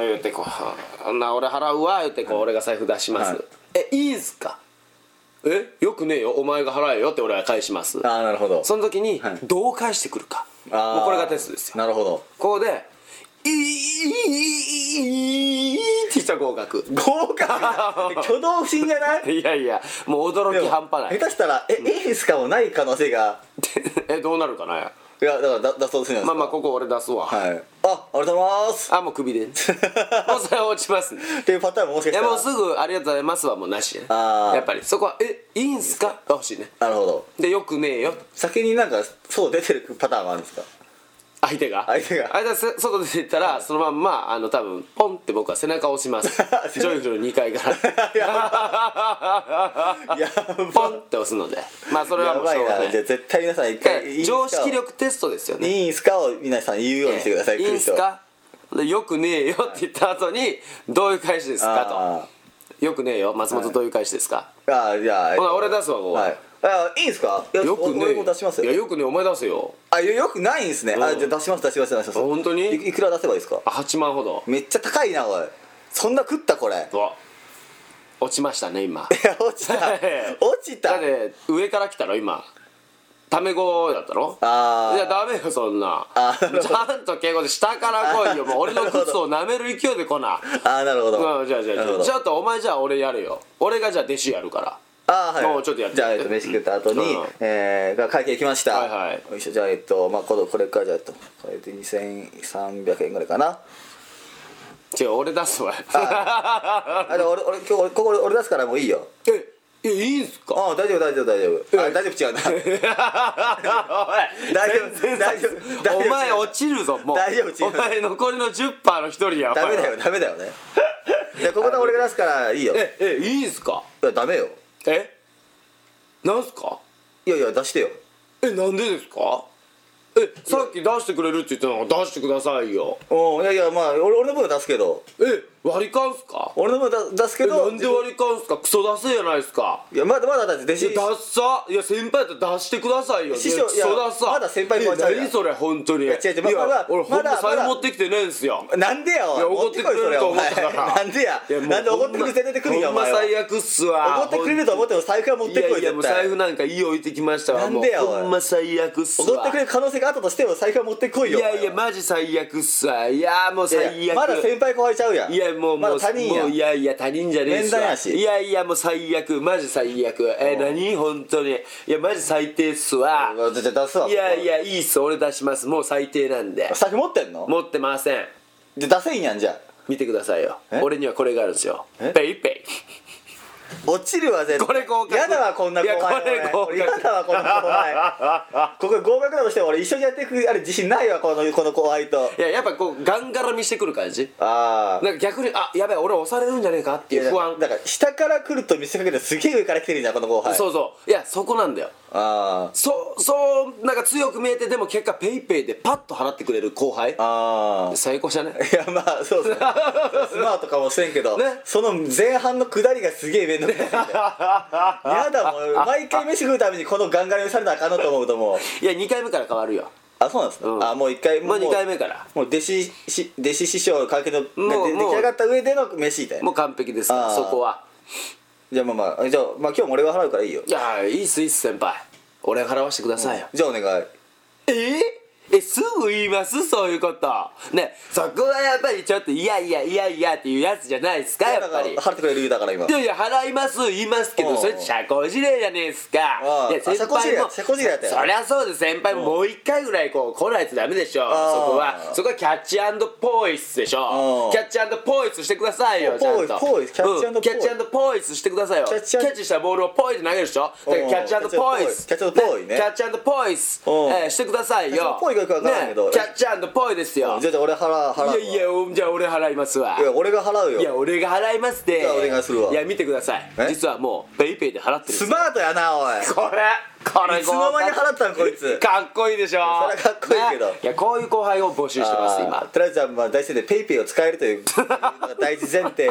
[SPEAKER 1] ん言ってこう「な俺払うわ」言ってこう、俺が財布出します
[SPEAKER 2] は
[SPEAKER 1] 「
[SPEAKER 2] い
[SPEAKER 1] えいいんすか?」「えよくねえよお前が払えよ」って俺は返します
[SPEAKER 2] ーあーなるほど
[SPEAKER 1] その時に、
[SPEAKER 2] はい
[SPEAKER 1] どう返してくるか
[SPEAKER 2] あー
[SPEAKER 1] もうこれがテストですよ
[SPEAKER 2] なるほど
[SPEAKER 1] ここで「いいいいいいいいってしたら合格
[SPEAKER 2] 豪 華挙動不審じゃない
[SPEAKER 1] いやいやもう驚
[SPEAKER 2] で
[SPEAKER 1] き
[SPEAKER 2] も
[SPEAKER 1] 半端ない
[SPEAKER 2] 下手したら「えいいですか?」もない可能性が
[SPEAKER 1] えどうなるかない
[SPEAKER 2] やだからだだそうでするんです
[SPEAKER 1] ま
[SPEAKER 2] か
[SPEAKER 1] あまあここ俺出すわ、
[SPEAKER 2] はいあありがとうございます
[SPEAKER 1] あもう首でもうそれは落ちますね
[SPEAKER 2] っていうパターンももしか
[SPEAKER 1] い
[SPEAKER 2] した
[SPEAKER 1] や
[SPEAKER 2] ら
[SPEAKER 1] もうすぐ「ありがとうございます」はもうなしね
[SPEAKER 2] あー
[SPEAKER 1] やっぱりそこは「えいいんすか?」が欲しいね
[SPEAKER 2] なるほど
[SPEAKER 1] でよくねえよ
[SPEAKER 2] 先になんかそう出てるパターンもあるんですか
[SPEAKER 1] 相手が
[SPEAKER 2] 相手が
[SPEAKER 1] 相手がせ外出ていったら、そのまんまあの多分ポンって僕は背中を押し ますジョイフル2階から
[SPEAKER 2] や
[SPEAKER 1] ポンって押すのでまあそれは
[SPEAKER 2] や
[SPEAKER 1] もうし
[SPEAKER 2] ば
[SPEAKER 1] ょ
[SPEAKER 2] いう
[SPEAKER 1] がな
[SPEAKER 2] なじゃあ
[SPEAKER 1] い
[SPEAKER 2] 絶対皆さん一回いいんすか
[SPEAKER 1] 常識力テストですよ
[SPEAKER 2] い
[SPEAKER 1] ね
[SPEAKER 2] いんすかを皆さん言うようにしてください
[SPEAKER 1] いいんすかでよくねえよって言った後にどういう返しですか
[SPEAKER 2] あ
[SPEAKER 1] とよくねえよ松本どういう返しですか、
[SPEAKER 2] ーあーじゃあ
[SPEAKER 1] ほな俺出すわここ
[SPEAKER 2] はいあいいんすかいや
[SPEAKER 1] よくねえ
[SPEAKER 2] 俺も出します
[SPEAKER 1] いや
[SPEAKER 2] よ
[SPEAKER 1] よくねえお前出せよ
[SPEAKER 2] あよよくないんすねあじゃあ出します出します出します
[SPEAKER 1] あ本当に
[SPEAKER 2] いいくら出せばいいですか
[SPEAKER 1] あ8万ほど
[SPEAKER 2] めっちゃ高いなおいそんな食ったこれいう
[SPEAKER 1] わ落ちました ね今
[SPEAKER 2] や落ちた 落ちた
[SPEAKER 1] だって上から来たろ今タメ語だったろ
[SPEAKER 2] あー
[SPEAKER 1] いやダメよそんな
[SPEAKER 2] あ
[SPEAKER 1] ちゃんと敬語で下から来いよもう俺の靴を舐める勢いで来な
[SPEAKER 2] あーなるほど
[SPEAKER 1] うんじゃあじゃあ
[SPEAKER 2] なる
[SPEAKER 1] じ
[SPEAKER 2] ほ
[SPEAKER 1] ゃ
[SPEAKER 2] ど
[SPEAKER 1] あちょっとお前じゃあ俺やるよ俺がじゃあ弟子やるから
[SPEAKER 2] あー
[SPEAKER 1] も
[SPEAKER 2] は
[SPEAKER 1] う
[SPEAKER 2] い
[SPEAKER 1] ちょっとやって
[SPEAKER 2] じゃあ、えっと、飯食った後に、
[SPEAKER 1] うん
[SPEAKER 2] えーが会計行きました
[SPEAKER 1] はいはい
[SPEAKER 2] よいしょじゃあえっとまあこのこれからじゃあえっとこれで2300円ぐらいかな
[SPEAKER 1] 違う俺出すわ
[SPEAKER 2] あでも俺俺今日俺ここ俺俺出すからもういいよ
[SPEAKER 1] ええいいんすか
[SPEAKER 2] ああ大丈夫大丈夫大丈夫 あ大丈夫 違うな
[SPEAKER 1] おい
[SPEAKER 2] 大丈夫
[SPEAKER 1] 全然
[SPEAKER 2] 大丈夫大丈夫
[SPEAKER 1] お前落ちるぞもう
[SPEAKER 2] 大丈夫違う
[SPEAKER 1] お前残りの10%の一人やお前
[SPEAKER 2] ダメだよダメだよ ねいやここで俺が出すからいいよい
[SPEAKER 1] ええいいんすか
[SPEAKER 2] やダメよ
[SPEAKER 1] えなんすか
[SPEAKER 2] いやいや出してよ
[SPEAKER 1] えなんでですかえさっき出してくれるって言ってたの出してくださいよ
[SPEAKER 2] うんいやいやまあ俺俺の分は出すけど
[SPEAKER 1] え割り勘っすか
[SPEAKER 2] 俺の分は出出すけ
[SPEAKER 1] え
[SPEAKER 2] ど
[SPEAKER 1] なんで割り勘っすかクソ出せじゃないですか
[SPEAKER 2] いやまだまだだって弟
[SPEAKER 1] いや
[SPEAKER 2] 子
[SPEAKER 1] ダッサいや先輩だったら出してくださいよ
[SPEAKER 2] 師匠
[SPEAKER 1] いやクソダッサ
[SPEAKER 2] いやまだ先輩
[SPEAKER 1] え
[SPEAKER 2] 超えちゃうやん
[SPEAKER 1] 何それ本当にい
[SPEAKER 2] や
[SPEAKER 1] や
[SPEAKER 2] 違う違うままだ
[SPEAKER 1] 俺ほん
[SPEAKER 2] まだ
[SPEAKER 1] ま財
[SPEAKER 2] ま
[SPEAKER 1] 布
[SPEAKER 2] だ
[SPEAKER 1] 持ってきてねえんすよ
[SPEAKER 2] なんでよ
[SPEAKER 1] いや
[SPEAKER 2] 持
[SPEAKER 1] 怒ってくれると思ったか
[SPEAKER 2] こいそれお
[SPEAKER 1] ら
[SPEAKER 2] 前なんでや
[SPEAKER 1] もう
[SPEAKER 2] なんで怒ってくれる前提で来るんやお
[SPEAKER 1] ほんま
[SPEAKER 2] 前は
[SPEAKER 1] 最悪っすわ
[SPEAKER 2] 怒ってくれると思っても財布は持ってこい
[SPEAKER 1] いやいやも
[SPEAKER 2] 絶
[SPEAKER 1] う
[SPEAKER 2] 対
[SPEAKER 1] 財布なんか家置いてきましたわ
[SPEAKER 2] なんでや
[SPEAKER 1] も
[SPEAKER 2] お
[SPEAKER 1] う
[SPEAKER 2] い
[SPEAKER 1] ほんま最悪っすわ
[SPEAKER 2] 怒ってくれる可能性があったとしても財布は持ってこい
[SPEAKER 1] い
[SPEAKER 2] よ
[SPEAKER 1] やい
[SPEAKER 2] お
[SPEAKER 1] や
[SPEAKER 2] 前は
[SPEAKER 1] マジ最悪っすわいやもう
[SPEAKER 2] い
[SPEAKER 1] 最
[SPEAKER 2] や
[SPEAKER 1] 悪
[SPEAKER 2] まだ先輩後輩ちゃうやん
[SPEAKER 1] いやもう
[SPEAKER 2] ま
[SPEAKER 1] も
[SPEAKER 2] だ他
[SPEAKER 1] う
[SPEAKER 2] 人や
[SPEAKER 1] もういやいや他人じゃねえっす
[SPEAKER 2] 面
[SPEAKER 1] わ
[SPEAKER 2] 談やし
[SPEAKER 1] いやいやもう最悪マジ最悪え何本当にいやマジ最低っすわ
[SPEAKER 2] うんじゃじゃ出すわ
[SPEAKER 1] いやいやいいっす俺出しますもう最低なんで
[SPEAKER 2] 財布持ってんの
[SPEAKER 1] 持ってません
[SPEAKER 2] じゃ出せんやんじゃあ
[SPEAKER 1] 見てくださいよ
[SPEAKER 2] え
[SPEAKER 1] 俺にはこれがあるんですよ
[SPEAKER 2] え
[SPEAKER 1] ペイペ
[SPEAKER 2] 落ちるわ絶対
[SPEAKER 1] これ合格
[SPEAKER 2] やだわこんな後輩
[SPEAKER 1] いやこれ合格
[SPEAKER 2] 俺やだわこんな後輩ここ合格だとしても俺一緒にやっていくあれ自信ないわこのこの後輩と
[SPEAKER 1] イいややっぱこうガンガラ見してくる感じ
[SPEAKER 2] ああ
[SPEAKER 1] なんか逆にあやべえ俺押されるんじゃねえかっていう不安
[SPEAKER 2] だから下から来ると見せかけてすげえ上から来てるじゃんこの後輩
[SPEAKER 1] そうそういやそこなんだよ
[SPEAKER 2] あ
[SPEAKER 1] そうそうなんか強く見えてでも結果ペイペイでパッと払ってくれる後輩
[SPEAKER 2] あああ
[SPEAKER 1] 最高じ ゃない
[SPEAKER 2] いやまあそうですねスマートかもしれんけど、
[SPEAKER 1] ね
[SPEAKER 2] その前半の下りがすげえ面倒く さいんだよやだもう毎回飯食うためにこのガンガンにされなあかんなと思うともう
[SPEAKER 1] いや2回目から変わるよ
[SPEAKER 2] あそうなんですか、
[SPEAKER 1] うん
[SPEAKER 2] あもう一回
[SPEAKER 1] もう
[SPEAKER 2] も
[SPEAKER 1] 2回目から
[SPEAKER 2] もう弟子し弟子師匠関係のが
[SPEAKER 1] もう
[SPEAKER 2] で出
[SPEAKER 1] もう
[SPEAKER 2] 来上がった上での飯みたい
[SPEAKER 1] も
[SPEAKER 2] な
[SPEAKER 1] う完璧ですから
[SPEAKER 2] あー
[SPEAKER 1] そこは
[SPEAKER 2] じゃあまあまあじゃあ,、まあ今日も俺が払うからいいよ
[SPEAKER 1] いやいいっすいいっす先輩俺払わしてくださいよ、
[SPEAKER 2] じゃあお願い
[SPEAKER 1] えーえすぐ言いますそういうことねそこはやっぱりちょっといやいやいやいやっていうやつじゃないですかやっぱり
[SPEAKER 2] だから払ってくれる言うだから今
[SPEAKER 1] いやいや払います言いますけ
[SPEAKER 2] うん
[SPEAKER 1] どそれ社交辞令じゃねえっすか
[SPEAKER 2] うん
[SPEAKER 1] いや
[SPEAKER 2] あ社交辞令社交辞令だったよ
[SPEAKER 1] そりゃそうです先輩ももう一回ぐらいこう来ないとダメでしょそこはそこはキャッチポイスでし
[SPEAKER 2] う
[SPEAKER 1] ょ
[SPEAKER 2] ん
[SPEAKER 1] キャッチポイスしてくださいよちゃんと
[SPEAKER 2] ポイスポイスキャッチ
[SPEAKER 1] うんキャッチポイスしてくださいよ
[SPEAKER 2] キ
[SPEAKER 1] キ
[SPEAKER 2] ャ
[SPEAKER 1] ャ
[SPEAKER 2] ッチ
[SPEAKER 1] ッチしたボールをポイって投げるでしょだから
[SPEAKER 2] うん
[SPEAKER 1] キャッチポイス
[SPEAKER 2] キャッチポイ
[SPEAKER 1] ね
[SPEAKER 2] キ
[SPEAKER 1] キ
[SPEAKER 2] ャ
[SPEAKER 1] ャ
[SPEAKER 2] ッ
[SPEAKER 1] ッチポイス
[SPEAKER 2] うん
[SPEAKER 1] えーしてください
[SPEAKER 2] キャッ
[SPEAKER 1] よ
[SPEAKER 2] チポイがよくわからんけど
[SPEAKER 1] ねキャッチポイですよ
[SPEAKER 2] じゃあじゃあ俺払う払うわ
[SPEAKER 1] いやいやおじゃあ俺払いますわ
[SPEAKER 2] いや俺が払うよ
[SPEAKER 1] いや俺が払いますって
[SPEAKER 2] じゃあお願いするわ
[SPEAKER 1] いや見てください
[SPEAKER 2] え
[SPEAKER 1] 実はもうペイペイで払ってる
[SPEAKER 2] スマートやなおい
[SPEAKER 1] これこれ
[SPEAKER 2] いつの間に払ったんこいつ
[SPEAKER 1] かっこいいでしょ
[SPEAKER 2] それかっこいいけど
[SPEAKER 1] ねいやこういう後輩を募集してます
[SPEAKER 2] あー
[SPEAKER 1] 今
[SPEAKER 2] とりあえずはまあ大前提でペイペイを使えるという大事前提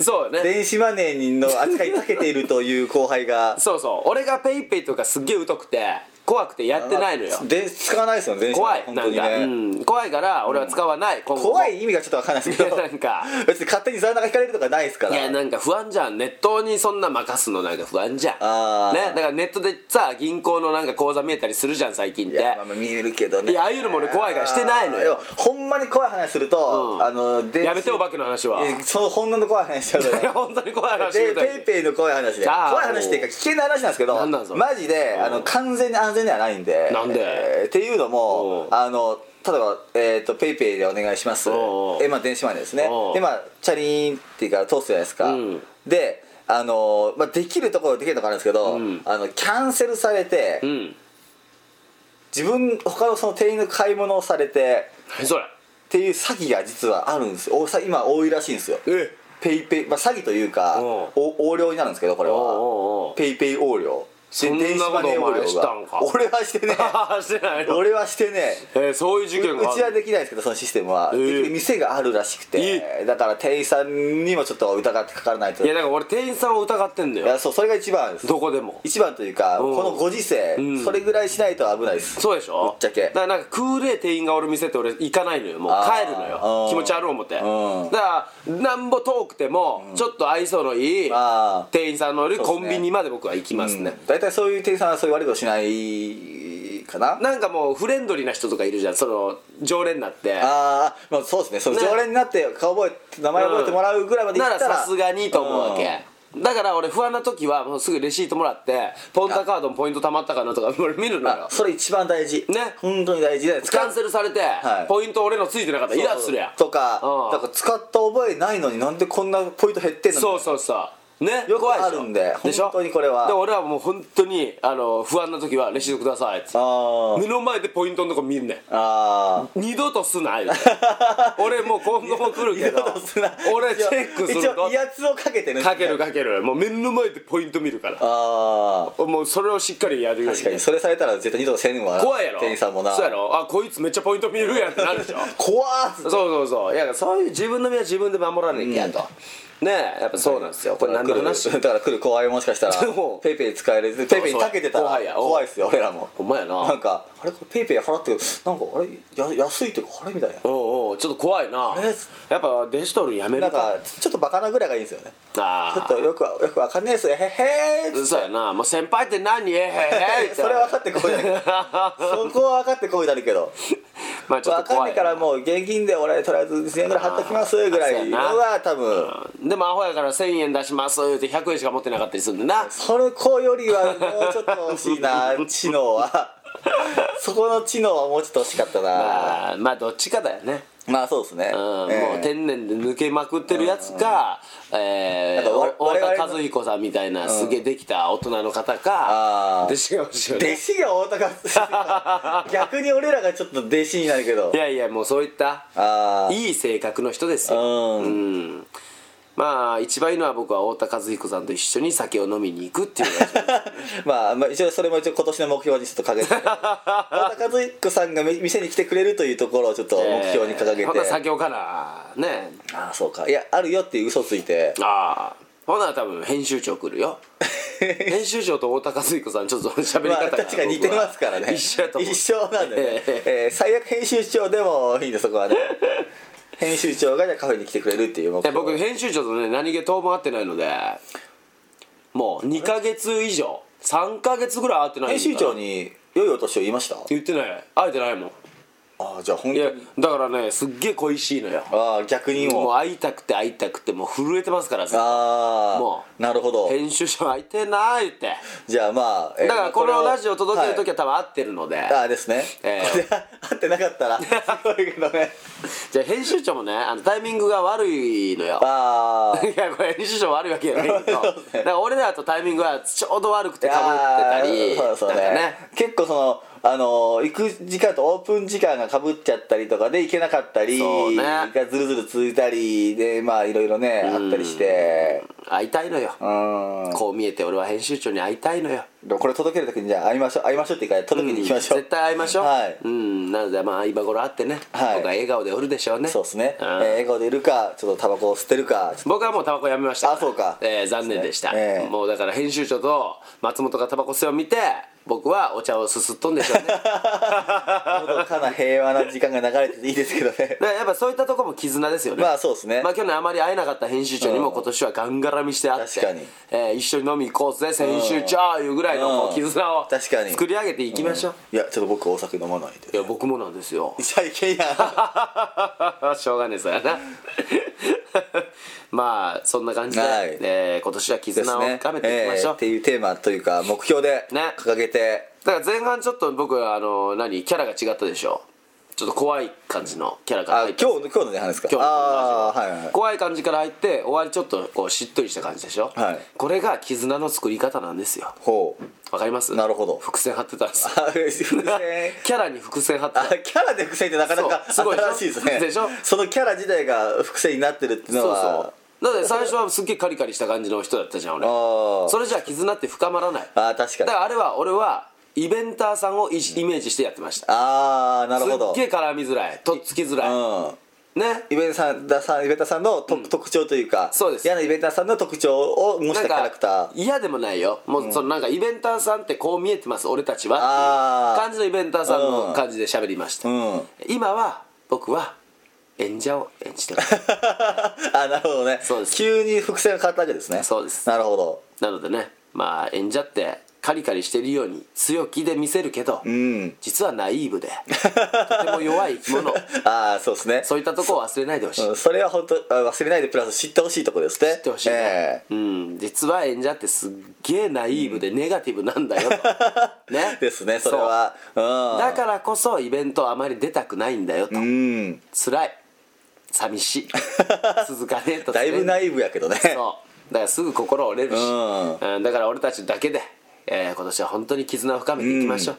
[SPEAKER 1] そう ね
[SPEAKER 2] 電子マネーの扱いに長けているという後輩が
[SPEAKER 1] そうそう俺がペイペイとかすっげえ疎くて怖くてやってないのよ
[SPEAKER 2] で使わないですよね電子マ
[SPEAKER 1] 怖
[SPEAKER 2] ネー
[SPEAKER 1] い
[SPEAKER 2] 本
[SPEAKER 1] な
[SPEAKER 2] 当
[SPEAKER 1] ん
[SPEAKER 2] に
[SPEAKER 1] か、
[SPEAKER 2] ね、
[SPEAKER 1] うん、怖いから俺は使わない、今後も
[SPEAKER 2] 怖い意味がちょっとわかんないですけど
[SPEAKER 1] いや なんか
[SPEAKER 2] 別に勝手に残高引かれるとかないですから
[SPEAKER 1] いやなんか不安じゃんネットにそんな任すのなんか不安じゃん
[SPEAKER 2] あー
[SPEAKER 1] ね、だからネットでさ銀行のなんか口座見えたりするじゃん最近っ
[SPEAKER 2] い
[SPEAKER 1] て
[SPEAKER 2] やまあまあ見えるけどね
[SPEAKER 1] いやああいうのも俺怖いからしてないのよ
[SPEAKER 2] やほんまに怖い話すると、
[SPEAKER 1] うん
[SPEAKER 2] あの電子
[SPEAKER 1] やめてお化けの話は
[SPEAKER 2] えそのほんのの怖い話しちゃうから
[SPEAKER 1] いや本当に怖い話
[SPEAKER 2] で
[SPEAKER 1] みたい
[SPEAKER 2] ペイペイの怖い話で
[SPEAKER 1] あー
[SPEAKER 2] 怖い話っていうか危険な話なんですけど
[SPEAKER 1] なんなんそれ
[SPEAKER 2] マジであの完全に安全ではないんで
[SPEAKER 1] なんで
[SPEAKER 2] えーっていうのも
[SPEAKER 1] うん
[SPEAKER 2] あの例えば、えー、とペイペイでお願いします
[SPEAKER 1] うん
[SPEAKER 2] えまあ電子マネーですね
[SPEAKER 1] うん
[SPEAKER 2] でまあチャリーンっていうか通すじゃないですか、
[SPEAKER 1] うん
[SPEAKER 2] であの、まあ、できるところできるところあるんですけど、
[SPEAKER 1] ん
[SPEAKER 2] あのキャンセルされて、
[SPEAKER 1] うん
[SPEAKER 2] 自分他のその店員の買い物をされて
[SPEAKER 1] 何それ
[SPEAKER 2] っていう詐欺が実はあるんですよおさ今多いらしいんですよ
[SPEAKER 1] え
[SPEAKER 2] ペイペイ、まあ、詐欺というか
[SPEAKER 1] うん
[SPEAKER 2] お横領になるんですけどこれ
[SPEAKER 1] おう
[SPEAKER 2] は
[SPEAKER 1] おうおう
[SPEAKER 2] ペイペイ横領
[SPEAKER 1] そんなことお前したんか
[SPEAKER 2] 俺はしてね
[SPEAKER 1] して ないの
[SPEAKER 2] 俺はしてね
[SPEAKER 1] えーそういう事件が
[SPEAKER 2] う
[SPEAKER 1] あ
[SPEAKER 2] ちは
[SPEAKER 1] る
[SPEAKER 2] できないですけどそのシステムは、
[SPEAKER 1] えー
[SPEAKER 2] 結局店があるらしくて、だから店員さんにもちょっと疑ってかからないと
[SPEAKER 1] いやだから俺店員さんを疑ってんだ
[SPEAKER 2] い
[SPEAKER 1] よ
[SPEAKER 2] やそうそれが一番です
[SPEAKER 1] どこでも
[SPEAKER 2] 一番というか
[SPEAKER 1] うん
[SPEAKER 2] このご時世、
[SPEAKER 1] ん
[SPEAKER 2] それぐらいしないと危ないです
[SPEAKER 1] そうでしょ
[SPEAKER 2] ぶっちゃけ
[SPEAKER 1] だからなんか空冷店員がおる店って俺行かないのよもう
[SPEAKER 2] あー
[SPEAKER 1] 帰るの
[SPEAKER 2] う
[SPEAKER 1] よ
[SPEAKER 2] ん
[SPEAKER 1] 気持ち悪い思ってだ
[SPEAKER 2] ん
[SPEAKER 1] からなんぼ遠くてもちょっと愛想のいい
[SPEAKER 2] あ
[SPEAKER 1] 店員さんのいる
[SPEAKER 2] そうです
[SPEAKER 1] コ
[SPEAKER 2] ね
[SPEAKER 1] ンビニまで僕は行きますね
[SPEAKER 2] うん大体そういう店員さんはそういう悪いことしないかな
[SPEAKER 1] なんかもうフレンドリーな人とかいるじゃんその常連になって
[SPEAKER 2] あー、まあそうですねその
[SPEAKER 1] ね
[SPEAKER 2] 常連になって顔覚えて名前覚えてもらうぐらいまでいっ
[SPEAKER 1] な
[SPEAKER 2] たら
[SPEAKER 1] らさすがにと思うわ
[SPEAKER 2] ん
[SPEAKER 1] けだから俺不安な時はもうすぐレシートもらってポンタカードのポイント貯まったか なとか俺見るの
[SPEAKER 2] あ
[SPEAKER 1] よ
[SPEAKER 2] それ一番大事
[SPEAKER 1] ね
[SPEAKER 2] 本当に大事で
[SPEAKER 1] カンセルされて
[SPEAKER 2] はい
[SPEAKER 1] ポイント俺のついてなかったらイラッするやん
[SPEAKER 2] とか
[SPEAKER 1] うん
[SPEAKER 2] だから使った覚えないのになんでこんなポイント減ってんの
[SPEAKER 1] そうそうそうね
[SPEAKER 2] よく
[SPEAKER 1] 怖いしょ
[SPEAKER 2] あるんで
[SPEAKER 1] しょ
[SPEAKER 2] 本当にこれは
[SPEAKER 1] で俺はもう本当にあの不安な時はレシートくださいって
[SPEAKER 2] あー
[SPEAKER 1] 目の前でポイントのとこ見んねん
[SPEAKER 2] あ
[SPEAKER 1] 二度とすな よ俺もう今後も来る
[SPEAKER 2] ー
[SPEAKER 1] けど
[SPEAKER 2] 二 度とすな
[SPEAKER 1] 俺チェックする
[SPEAKER 2] 一
[SPEAKER 1] ぞ
[SPEAKER 2] 応威圧をかけてるんですね
[SPEAKER 1] かけるかけるもう目の前でポイント見るから
[SPEAKER 2] ああ
[SPEAKER 1] もうそれをしっかりやるように
[SPEAKER 2] 確かにそれされたら絶対二度とせんわ
[SPEAKER 1] 怖いやろ
[SPEAKER 2] 店員さんもな
[SPEAKER 1] そうやろあこいつめっちゃポイント見るやんってなる でしょ
[SPEAKER 2] 怖ーっつって
[SPEAKER 1] そうそうそういやそういう自分の身は自分で守らなきゃと、ねえやっぱそうなんですよこれ何の話
[SPEAKER 2] だから来る後輩もしかしたら
[SPEAKER 1] そう
[SPEAKER 2] ペイペイ使えれずペイペイにかけてた
[SPEAKER 1] 後
[SPEAKER 2] ら
[SPEAKER 1] 輩や
[SPEAKER 2] 怖いっすよ俺らも
[SPEAKER 1] ほんまやな
[SPEAKER 2] なんかあれこれペイペイ払ってるなんかあれや安いというかあれみたいな
[SPEAKER 1] おうおうちょっと怖いな
[SPEAKER 2] え
[SPEAKER 1] やっぱデジタルやめ
[SPEAKER 2] な
[SPEAKER 1] る
[SPEAKER 2] ん
[SPEAKER 1] か
[SPEAKER 2] かちょっとバカなぐらいがいいんですよねちょ
[SPEAKER 1] あ
[SPEAKER 2] っと
[SPEAKER 1] あ
[SPEAKER 2] よくわよくわかんないですよへへーっつ
[SPEAKER 1] そうやなもう先輩って何えへへへ
[SPEAKER 2] って それは分かってこいだけどそこは分かってこいだけど
[SPEAKER 1] まあちょっ
[SPEAKER 2] 分
[SPEAKER 1] と
[SPEAKER 2] かん
[SPEAKER 1] 怖
[SPEAKER 2] ないいからもう現金で俺とりあえず1000円ぐらい貼っときますぐらいのが多分
[SPEAKER 1] うんでもアホやから1000円出します言うて100円しか持ってなかったりするんでな
[SPEAKER 2] それ子よりはもうちょっと欲しいな知能は そこの知能はもうちょっと欲しかったな
[SPEAKER 1] まあまあどっちかだよね
[SPEAKER 2] まあそうですね、
[SPEAKER 1] うんも
[SPEAKER 2] ええ
[SPEAKER 1] う天然で抜けまくってるやつかえ
[SPEAKER 2] なん
[SPEAKER 1] ー
[SPEAKER 2] かわ
[SPEAKER 1] お
[SPEAKER 2] 我
[SPEAKER 1] 太田
[SPEAKER 2] 々の
[SPEAKER 1] 和彦さんみたいなすげえできた大人の方か
[SPEAKER 2] あー
[SPEAKER 1] 弟子が欲しいよね
[SPEAKER 2] 弟子が大高 さん逆に俺らがちょっと弟子になるけど
[SPEAKER 1] いやいやもうそういった
[SPEAKER 2] あ
[SPEAKER 1] いい性格の人です
[SPEAKER 2] あう
[SPEAKER 1] よ
[SPEAKER 2] ん
[SPEAKER 1] うんまあ一番いいのは僕は太田和彦さんと一緒に酒を飲みに行くっていうのが一番
[SPEAKER 2] まあ、まあ、一応それも一応今年の目標にちょっと掲げて 太田和彦さんがみ店に来てくれるというところをちょっと 目標に掲げて、
[SPEAKER 1] えーほな酒をかなね
[SPEAKER 2] ああそうかいやあるよっていう嘘つい て
[SPEAKER 1] ああほな多分編集長来る よ編集長と太田和彦さんちょっと喋り
[SPEAKER 2] ま
[SPEAKER 1] 方
[SPEAKER 2] あ、
[SPEAKER 1] が
[SPEAKER 2] 確かに似てますからね
[SPEAKER 1] 僕は一緒やと思う
[SPEAKER 2] 一緒なんで、ね
[SPEAKER 1] え
[SPEAKER 2] えー最悪編集長でもいいんでそこ はね編集長がじゃあカフェに来てくれるっていう目
[SPEAKER 1] え
[SPEAKER 2] 標
[SPEAKER 1] 僕編集長とね何気当分会ってないのでもう2ヶ月以上3ヶ月ぐらい会ってない
[SPEAKER 2] 編集長に良いお年を言いました
[SPEAKER 1] 言ってない会えてないもん
[SPEAKER 2] ああじゃあ本
[SPEAKER 1] いや
[SPEAKER 2] 当に
[SPEAKER 1] だからねすっげえ恋しいのよ
[SPEAKER 2] ああ逆に
[SPEAKER 1] もう
[SPEAKER 2] も
[SPEAKER 1] 会いたくて会いたくてもう震えてますからずっと
[SPEAKER 2] あ
[SPEAKER 1] も
[SPEAKER 2] あなるほど
[SPEAKER 1] 編集者会いてえなーって
[SPEAKER 2] じゃあまあ、えー
[SPEAKER 1] だからこの
[SPEAKER 2] を
[SPEAKER 1] ラジオ届ける時
[SPEAKER 2] は
[SPEAKER 1] は多分会ってるので、
[SPEAKER 2] いああ ですね、
[SPEAKER 1] ええ
[SPEAKER 2] これ合ってなか ったらすごいけどね
[SPEAKER 1] じゃあ編集長もねあのタイミングが悪いのよ
[SPEAKER 2] ああ
[SPEAKER 1] いやこれ編集長悪いわけじゃないけ ど
[SPEAKER 2] そうね
[SPEAKER 1] だから俺らとタイミングがちょうど悪くてかぶってたり
[SPEAKER 2] そうそう
[SPEAKER 1] なんか
[SPEAKER 2] ね結構そのあのー行く時間とオープン時間がかぶっちゃったりとかで行けなかったり
[SPEAKER 1] そうね
[SPEAKER 2] がずるずる続いたりでまあいろいろねあったりして
[SPEAKER 1] 会いたいのよ、
[SPEAKER 2] うん
[SPEAKER 1] こう見えて俺は編集長に会いたいのよ
[SPEAKER 2] でもこれ届ける時にじゃあ会いましょう会いましょうっていうか届けに行きましょう、
[SPEAKER 1] 絶対会いましょう、
[SPEAKER 2] はい
[SPEAKER 1] うんなのでまあ今頃会ってね、
[SPEAKER 2] はい
[SPEAKER 1] 僕は笑顔でおるでしょうね
[SPEAKER 2] そうですね、え
[SPEAKER 1] ん
[SPEAKER 2] ー笑顔でいるかちょっとタバコを吸ってるかちょっ
[SPEAKER 1] 僕はもうタバコやめました
[SPEAKER 2] あそうか
[SPEAKER 1] えー残念でした
[SPEAKER 2] ええ
[SPEAKER 1] もうだから編集長と松本がタバコ吸いを見て僕はお茶をすすっとんでしょう ねだか
[SPEAKER 2] とのどかな平和な時間が流れてていいですけど ね
[SPEAKER 1] らやっぱそういったとこも絆ですよね
[SPEAKER 2] まあそうですね、
[SPEAKER 1] まあ去年あまり会えなかった編集長にも
[SPEAKER 2] うん
[SPEAKER 1] 今年はガンガラみして会って、
[SPEAKER 2] 確かに
[SPEAKER 1] えー一緒に飲み行こうぜ編集長いうぐらいのこう
[SPEAKER 2] うん
[SPEAKER 1] 絆を
[SPEAKER 2] 確かに
[SPEAKER 1] 作り上げていきましょう、
[SPEAKER 2] いやちょっと僕お酒飲まないで
[SPEAKER 1] いや僕もなんですよ
[SPEAKER 2] じゃあいけんやん
[SPEAKER 1] しょうがねえそやなまあそんな感じで、
[SPEAKER 2] はい
[SPEAKER 1] えー今年は絆を深めていきましょ
[SPEAKER 2] え
[SPEAKER 1] う、
[SPEAKER 2] ーっていうテーマというか目標で
[SPEAKER 1] ね
[SPEAKER 2] 掲げて、
[SPEAKER 1] だから前半ちょっと僕あの何キャラが違ったでしょちょっと怖い感じのキャラから
[SPEAKER 2] あ
[SPEAKER 1] 入
[SPEAKER 2] 今
[SPEAKER 1] っ
[SPEAKER 2] 日
[SPEAKER 1] て
[SPEAKER 2] の今日のね話ですか
[SPEAKER 1] 今日の
[SPEAKER 2] ああーはいはい
[SPEAKER 1] 怖い感じから入って終わりちょっとこうしっとりした感じでしょ、
[SPEAKER 2] はい
[SPEAKER 1] これが絆の作り方なんですよ
[SPEAKER 2] ほう
[SPEAKER 1] わかります
[SPEAKER 2] なるほど
[SPEAKER 1] 伏線張ってたんですよ
[SPEAKER 2] あ伏線
[SPEAKER 1] キャラに伏線張ってた
[SPEAKER 2] あ キャラで伏線ってなかなか
[SPEAKER 1] そうすごいでしょ
[SPEAKER 2] 新しいですね
[SPEAKER 1] でしょ
[SPEAKER 2] そのキャラ自体が伏線になってるっていうのは
[SPEAKER 1] そうそうだって最初はすっげえカリカリした感じの人だったじゃん俺
[SPEAKER 2] あー
[SPEAKER 1] それじゃ絆って深まらない
[SPEAKER 2] あー確か
[SPEAKER 1] だ
[SPEAKER 2] に
[SPEAKER 1] からあれは俺はイベンターさんをイイメージしてやってました
[SPEAKER 2] ああなるほど
[SPEAKER 1] すっげえ絡みづらいとっつきづらい、
[SPEAKER 2] うん
[SPEAKER 1] ね
[SPEAKER 2] イベンターさんさんイベンターさんの特,、特徴というか
[SPEAKER 1] そうです
[SPEAKER 2] 嫌なイベンターさんの特徴を模した
[SPEAKER 1] なん
[SPEAKER 2] キャラクタ
[SPEAKER 1] か
[SPEAKER 2] ー
[SPEAKER 1] 嫌でもないよもうそのなんかイベンターさんってこう見えてます俺たちは
[SPEAKER 2] あー
[SPEAKER 1] 感じのイベンターさんの感じで喋りました、
[SPEAKER 2] うん
[SPEAKER 1] 今は僕は演者を演じてます
[SPEAKER 2] あなるほどね
[SPEAKER 1] そうです
[SPEAKER 2] 急に伏線が変わったわけですね
[SPEAKER 1] そうです
[SPEAKER 2] なるほど
[SPEAKER 1] なのでねまあ演者ってカリカリしてるように強気で見せるけど、
[SPEAKER 2] うん
[SPEAKER 1] 実はナイーブでとても弱い生き物
[SPEAKER 2] ああそうですね
[SPEAKER 1] そういったとこを忘れないでほしい、
[SPEAKER 2] うんそれは本当あ忘れないでプラス知ってほしいところですね知
[SPEAKER 1] ってほしいねうん、実は演者ってすっげえナイーブでネガティブなんだよと ね
[SPEAKER 2] ですねそれは
[SPEAKER 1] そううんだからこそイベントあまり出たくないんだよと
[SPEAKER 2] うん
[SPEAKER 1] 辛い寂し い続かねえと
[SPEAKER 2] だいぶナイ
[SPEAKER 1] い
[SPEAKER 2] ーブやけどね
[SPEAKER 1] そうだからすぐ心折れるし、
[SPEAKER 2] うん
[SPEAKER 1] うんだから俺たちだけで、えー今年は本当に絆を深めていきましょう、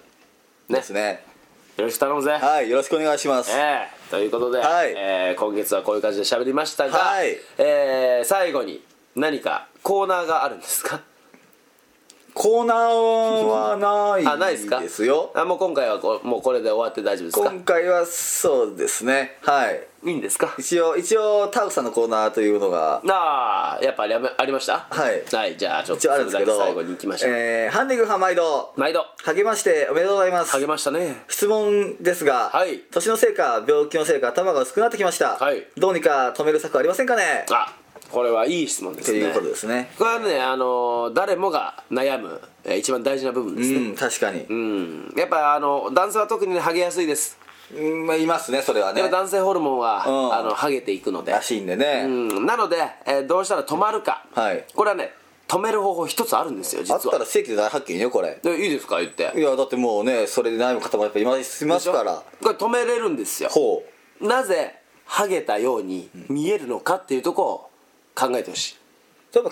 [SPEAKER 1] ね
[SPEAKER 2] ですね
[SPEAKER 1] よろしく頼むぜ、
[SPEAKER 2] はいよろしくお願いします
[SPEAKER 1] えーということで、
[SPEAKER 2] はい
[SPEAKER 1] えー今月はこういう感じで喋りましたが、
[SPEAKER 2] はい
[SPEAKER 1] えー最後に何かコーナーがあるんですか
[SPEAKER 2] コーナーはない
[SPEAKER 1] あないですか
[SPEAKER 2] ですよ
[SPEAKER 1] あもう今回はこもうこれで終わって大丈夫ですか
[SPEAKER 2] 今回はそうですねはい
[SPEAKER 1] いいんですか
[SPEAKER 2] 一応一応タウさんのコーナーというのが
[SPEAKER 1] ああやっぱありありました
[SPEAKER 2] はい
[SPEAKER 1] はいじゃあちょっ
[SPEAKER 2] 一
[SPEAKER 1] と
[SPEAKER 2] 応あ
[SPEAKER 1] そ
[SPEAKER 2] るんで
[SPEAKER 1] れ
[SPEAKER 2] す
[SPEAKER 1] だ
[SPEAKER 2] け
[SPEAKER 1] け
[SPEAKER 2] ど
[SPEAKER 1] 最後に行きましょう、
[SPEAKER 2] えーハンディングハン毎度
[SPEAKER 1] 毎度
[SPEAKER 2] 励ましておめでとうございます
[SPEAKER 1] 励ましたね
[SPEAKER 2] 質問ですが、
[SPEAKER 1] はい
[SPEAKER 2] 年のせいか病気のせいか頭が薄くなってきました、
[SPEAKER 1] はい
[SPEAKER 2] どうにか止める策ありませんかね
[SPEAKER 1] あこれはいい質問で
[SPEAKER 2] と
[SPEAKER 1] すね
[SPEAKER 2] いうことですね
[SPEAKER 1] これはね、あのー誰もが悩む、えー一番大事な部分です
[SPEAKER 2] う
[SPEAKER 1] ね
[SPEAKER 2] ん確かに、
[SPEAKER 1] うん、やっぱあの男性は特にねハゲやすいです
[SPEAKER 2] うんまあ、いますねそれはね
[SPEAKER 1] やっぱ男性ホルモンは、
[SPEAKER 2] うん
[SPEAKER 1] あのハゲていくので
[SPEAKER 2] らしいんでね、
[SPEAKER 1] うん、なので、えーどうしたら止まるか、
[SPEAKER 2] はい
[SPEAKER 1] これはね止める方法一つあるんですよ実
[SPEAKER 2] あ
[SPEAKER 1] は
[SPEAKER 2] ったら正規で大発見よこれ
[SPEAKER 1] でいいですか言って
[SPEAKER 2] いやだってもうねそれで悩む方もやっぱいますいますから
[SPEAKER 1] これ止めれるんですよ
[SPEAKER 2] ほう
[SPEAKER 1] なぜハゲたように見えるのかっていうとこを考えてほし
[SPEAKER 2] やっ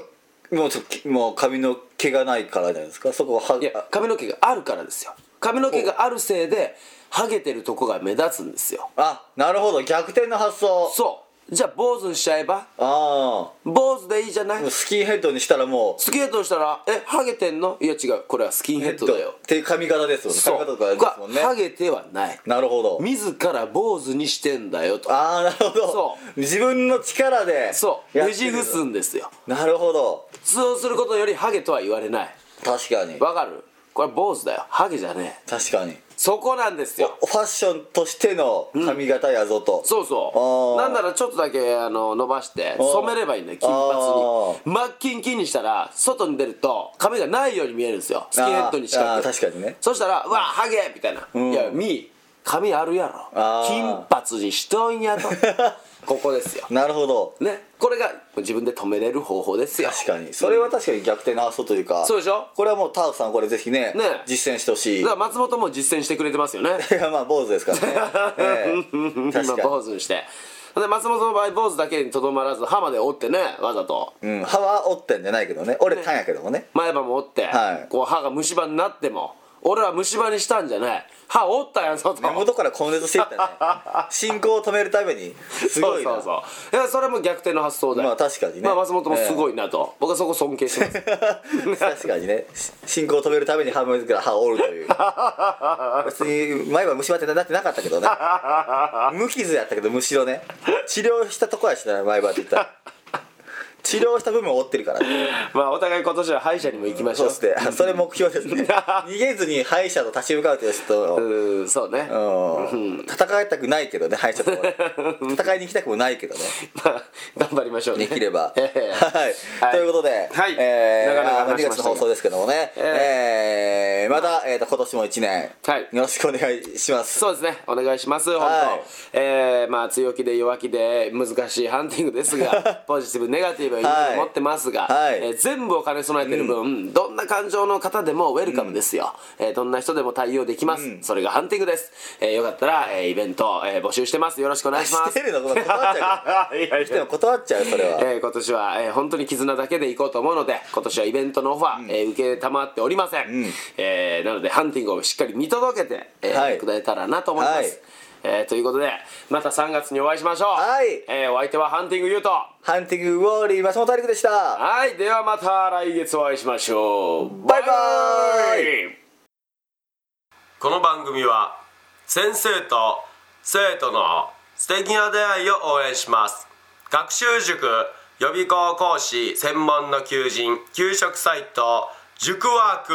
[SPEAKER 2] ぱもうちょっともう髪の毛がないからじゃないですかそこはい
[SPEAKER 1] いや髪の毛があるからですよ髪の毛があるせいでハゲてるとこが目立つんですよ
[SPEAKER 2] あなるほど逆転の発想
[SPEAKER 1] そうじゃあ坊主にしちゃえば
[SPEAKER 2] あ
[SPEAKER 1] 坊主でいいじゃな
[SPEAKER 2] あ
[SPEAKER 1] い
[SPEAKER 2] もうスキンヘッドにしたらもう
[SPEAKER 1] スキンヘッドにしたら「えハゲてんの?」いや違うこれはスキンヘッドだよ
[SPEAKER 2] っていう髪型ですもんね
[SPEAKER 1] そ
[SPEAKER 2] 髪型と
[SPEAKER 1] うこ
[SPEAKER 2] か
[SPEAKER 1] れ
[SPEAKER 2] です
[SPEAKER 1] は
[SPEAKER 2] もんね
[SPEAKER 1] ハゲてはない
[SPEAKER 2] なるほど
[SPEAKER 1] 自ら坊主にしてんだよと
[SPEAKER 2] ああなるほど
[SPEAKER 1] そ
[SPEAKER 2] 自分の力で
[SPEAKER 1] そう
[SPEAKER 2] やっ
[SPEAKER 1] ね
[SPEAKER 2] て
[SPEAKER 1] じ
[SPEAKER 2] る
[SPEAKER 1] 伏すんですよ
[SPEAKER 2] なるほど
[SPEAKER 1] そうすることよりハゲとは言われない
[SPEAKER 2] 確かに
[SPEAKER 1] わかるこれ坊主だよハゲじゃねえ
[SPEAKER 2] 確かに
[SPEAKER 1] そこなんですよ
[SPEAKER 2] ファッションとしての髪型やぞと、
[SPEAKER 1] そうそう
[SPEAKER 2] あ
[SPEAKER 1] な
[SPEAKER 2] ー
[SPEAKER 1] んならちょっとだけあの伸ばして
[SPEAKER 2] ー
[SPEAKER 1] 染めればいいんだよ金髪に真っ金金にしたら外に出ると髪がないように見えるんですよスキンヘッドにし
[SPEAKER 2] あ
[SPEAKER 1] か
[SPEAKER 2] ー確かにね
[SPEAKER 1] そしたら「うわハゲ!」みたいな「
[SPEAKER 2] ん
[SPEAKER 1] いやみー髪あるやろ
[SPEAKER 2] あー
[SPEAKER 1] 金髪にしと んや」とここですよ
[SPEAKER 2] なるほど
[SPEAKER 1] ねこれが自分で止めれる方法ですよ
[SPEAKER 2] 確かにそれは確かに逆転の発想というか
[SPEAKER 1] そうでしょ
[SPEAKER 2] これはもうタウさんこれぜひね
[SPEAKER 1] ね
[SPEAKER 2] 実践してほしい
[SPEAKER 1] だから松本も実践してくれてますよね
[SPEAKER 2] いやまあ坊主ですからね、 ええ
[SPEAKER 1] 今
[SPEAKER 2] 確か
[SPEAKER 1] 坊
[SPEAKER 2] に、
[SPEAKER 1] 主にしてで松本の場合坊主だけにとどまらず歯まで折ってねわざと
[SPEAKER 2] うん、歯は折ってんじゃないけどね折れたんやけどもね
[SPEAKER 1] 前歯も折って、
[SPEAKER 2] はい
[SPEAKER 1] こう歯が虫歯になっても俺は虫歯にしたんじゃない歯折ったやんぞと
[SPEAKER 2] 根元から根絶してい ったね進行を止めるためにすごいな
[SPEAKER 1] そうそうそういやそれも逆転の発想だよ
[SPEAKER 2] まあ確かにね
[SPEAKER 1] まあ、松本もすごいなと、僕はそこ尊敬してます
[SPEAKER 2] 確かにねし進行を止めるために歯むから歯を折るという別に前は虫歯ってなってなかったけどね無傷やったけどむしろね治療したとこやしな前歯って言ったら治療した部分を折ってるからね
[SPEAKER 1] まあお互い今年は歯医者にも行きまし
[SPEAKER 2] そ
[SPEAKER 1] ょ
[SPEAKER 2] う
[SPEAKER 1] う
[SPEAKER 2] ですねそれ目標ですね逃げずに歯医者と立ち向かうという人を
[SPEAKER 1] うんそうね、ま
[SPEAKER 2] うん、戦いたくないけどね敗者とは戦いに行きたくもないけどね
[SPEAKER 1] あ 頑張りましょうね
[SPEAKER 2] できれば
[SPEAKER 1] 、ええ
[SPEAKER 2] はい、ということで、
[SPEAKER 1] はい
[SPEAKER 2] えー
[SPEAKER 1] なかなか
[SPEAKER 2] あの
[SPEAKER 1] 話
[SPEAKER 2] 2
[SPEAKER 1] しまし
[SPEAKER 2] 月の
[SPEAKER 1] たけど
[SPEAKER 2] 放送ですけどもね、えーまた、えー、と今年も1年、
[SPEAKER 1] はい
[SPEAKER 2] よろしくお願いします
[SPEAKER 1] そうですねお願いします本当、
[SPEAKER 2] はい
[SPEAKER 1] えーまあ強気で弱気で難しいハンティングです がポジティブネガティブいろいろ持ってますが、
[SPEAKER 2] はい
[SPEAKER 1] えー全部を兼ね備えてる分、どんな感情の方でもウェルカムですよ、えーどんな人でも対応できます、それがハンティングです、えーよかったら、えーイベント、えー募集してますよろしくお願いします
[SPEAKER 2] してるの断っち ゃ
[SPEAKER 1] いやいや
[SPEAKER 2] でも断っちゃうそれは、
[SPEAKER 1] えー今年は、えー本当に絆だけでいこうと思うので今年はイベントのオファー、えー受けたまっておりません、えーなのでハンティングをしっかり見届けて、えー
[SPEAKER 2] はい
[SPEAKER 1] いただけたらなと思います、
[SPEAKER 2] はい
[SPEAKER 4] えーということでまた3月にお会いしましょう
[SPEAKER 2] はい
[SPEAKER 4] えーお相手はハンティングユート
[SPEAKER 2] ハンティングウォーリー松本陸でした
[SPEAKER 4] はいではまた来月お会いしましょうバイバイ
[SPEAKER 1] この番組は先生と生徒の素敵な出会いを応援します学習塾予備校講師専門の求人給食サイト塾ワーク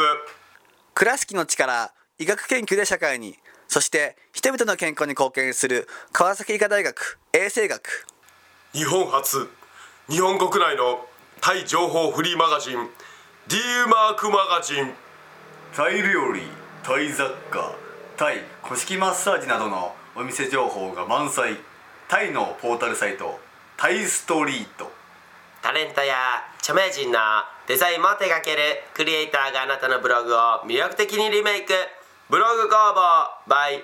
[SPEAKER 5] 倉敷の力医学研究で社会にそして人々の健康に貢献する川崎医科大学衛生学
[SPEAKER 1] 日本初日本国内のタイ情報フリーマガジン D マークマガジン
[SPEAKER 3] タイ料理タイ雑貨タイ古式マッサージなどのお店情報が満載タイのポータルサイトタイストリート
[SPEAKER 1] タレントや著名人のデザインも手掛けるクリエイターがあなたのブログを魅力的にリメイクブログ工房 by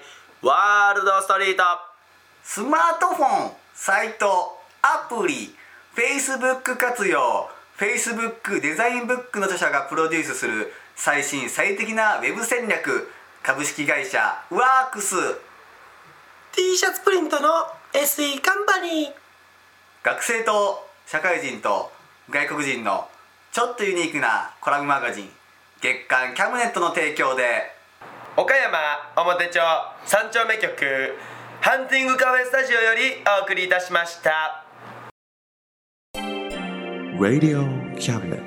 [SPEAKER 1] ワールドストリート
[SPEAKER 3] スマートフォンサイトアプリ Facebook 活用 Facebook デザインブックの著者がプロデュースする最新最適なウェブ戦略株式会社ワークス
[SPEAKER 1] T シャツプリントの SE カンパニー
[SPEAKER 3] 学生と社会人と外国人のちょっとユニークなコラムマガジン月刊キャムネットの提供で
[SPEAKER 1] 岡山表町三丁目局ハンティングカフェスタジオよりお送りいたしました。
[SPEAKER 6] Radio Cabinet.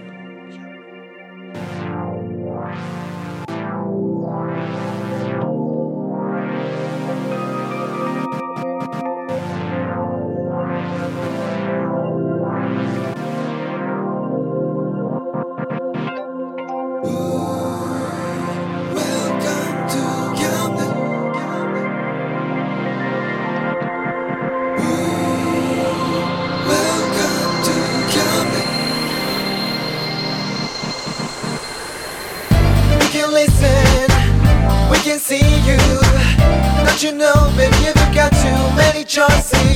[SPEAKER 7] We can listen, we can see you. Don't you know, baby, you've got too many choices.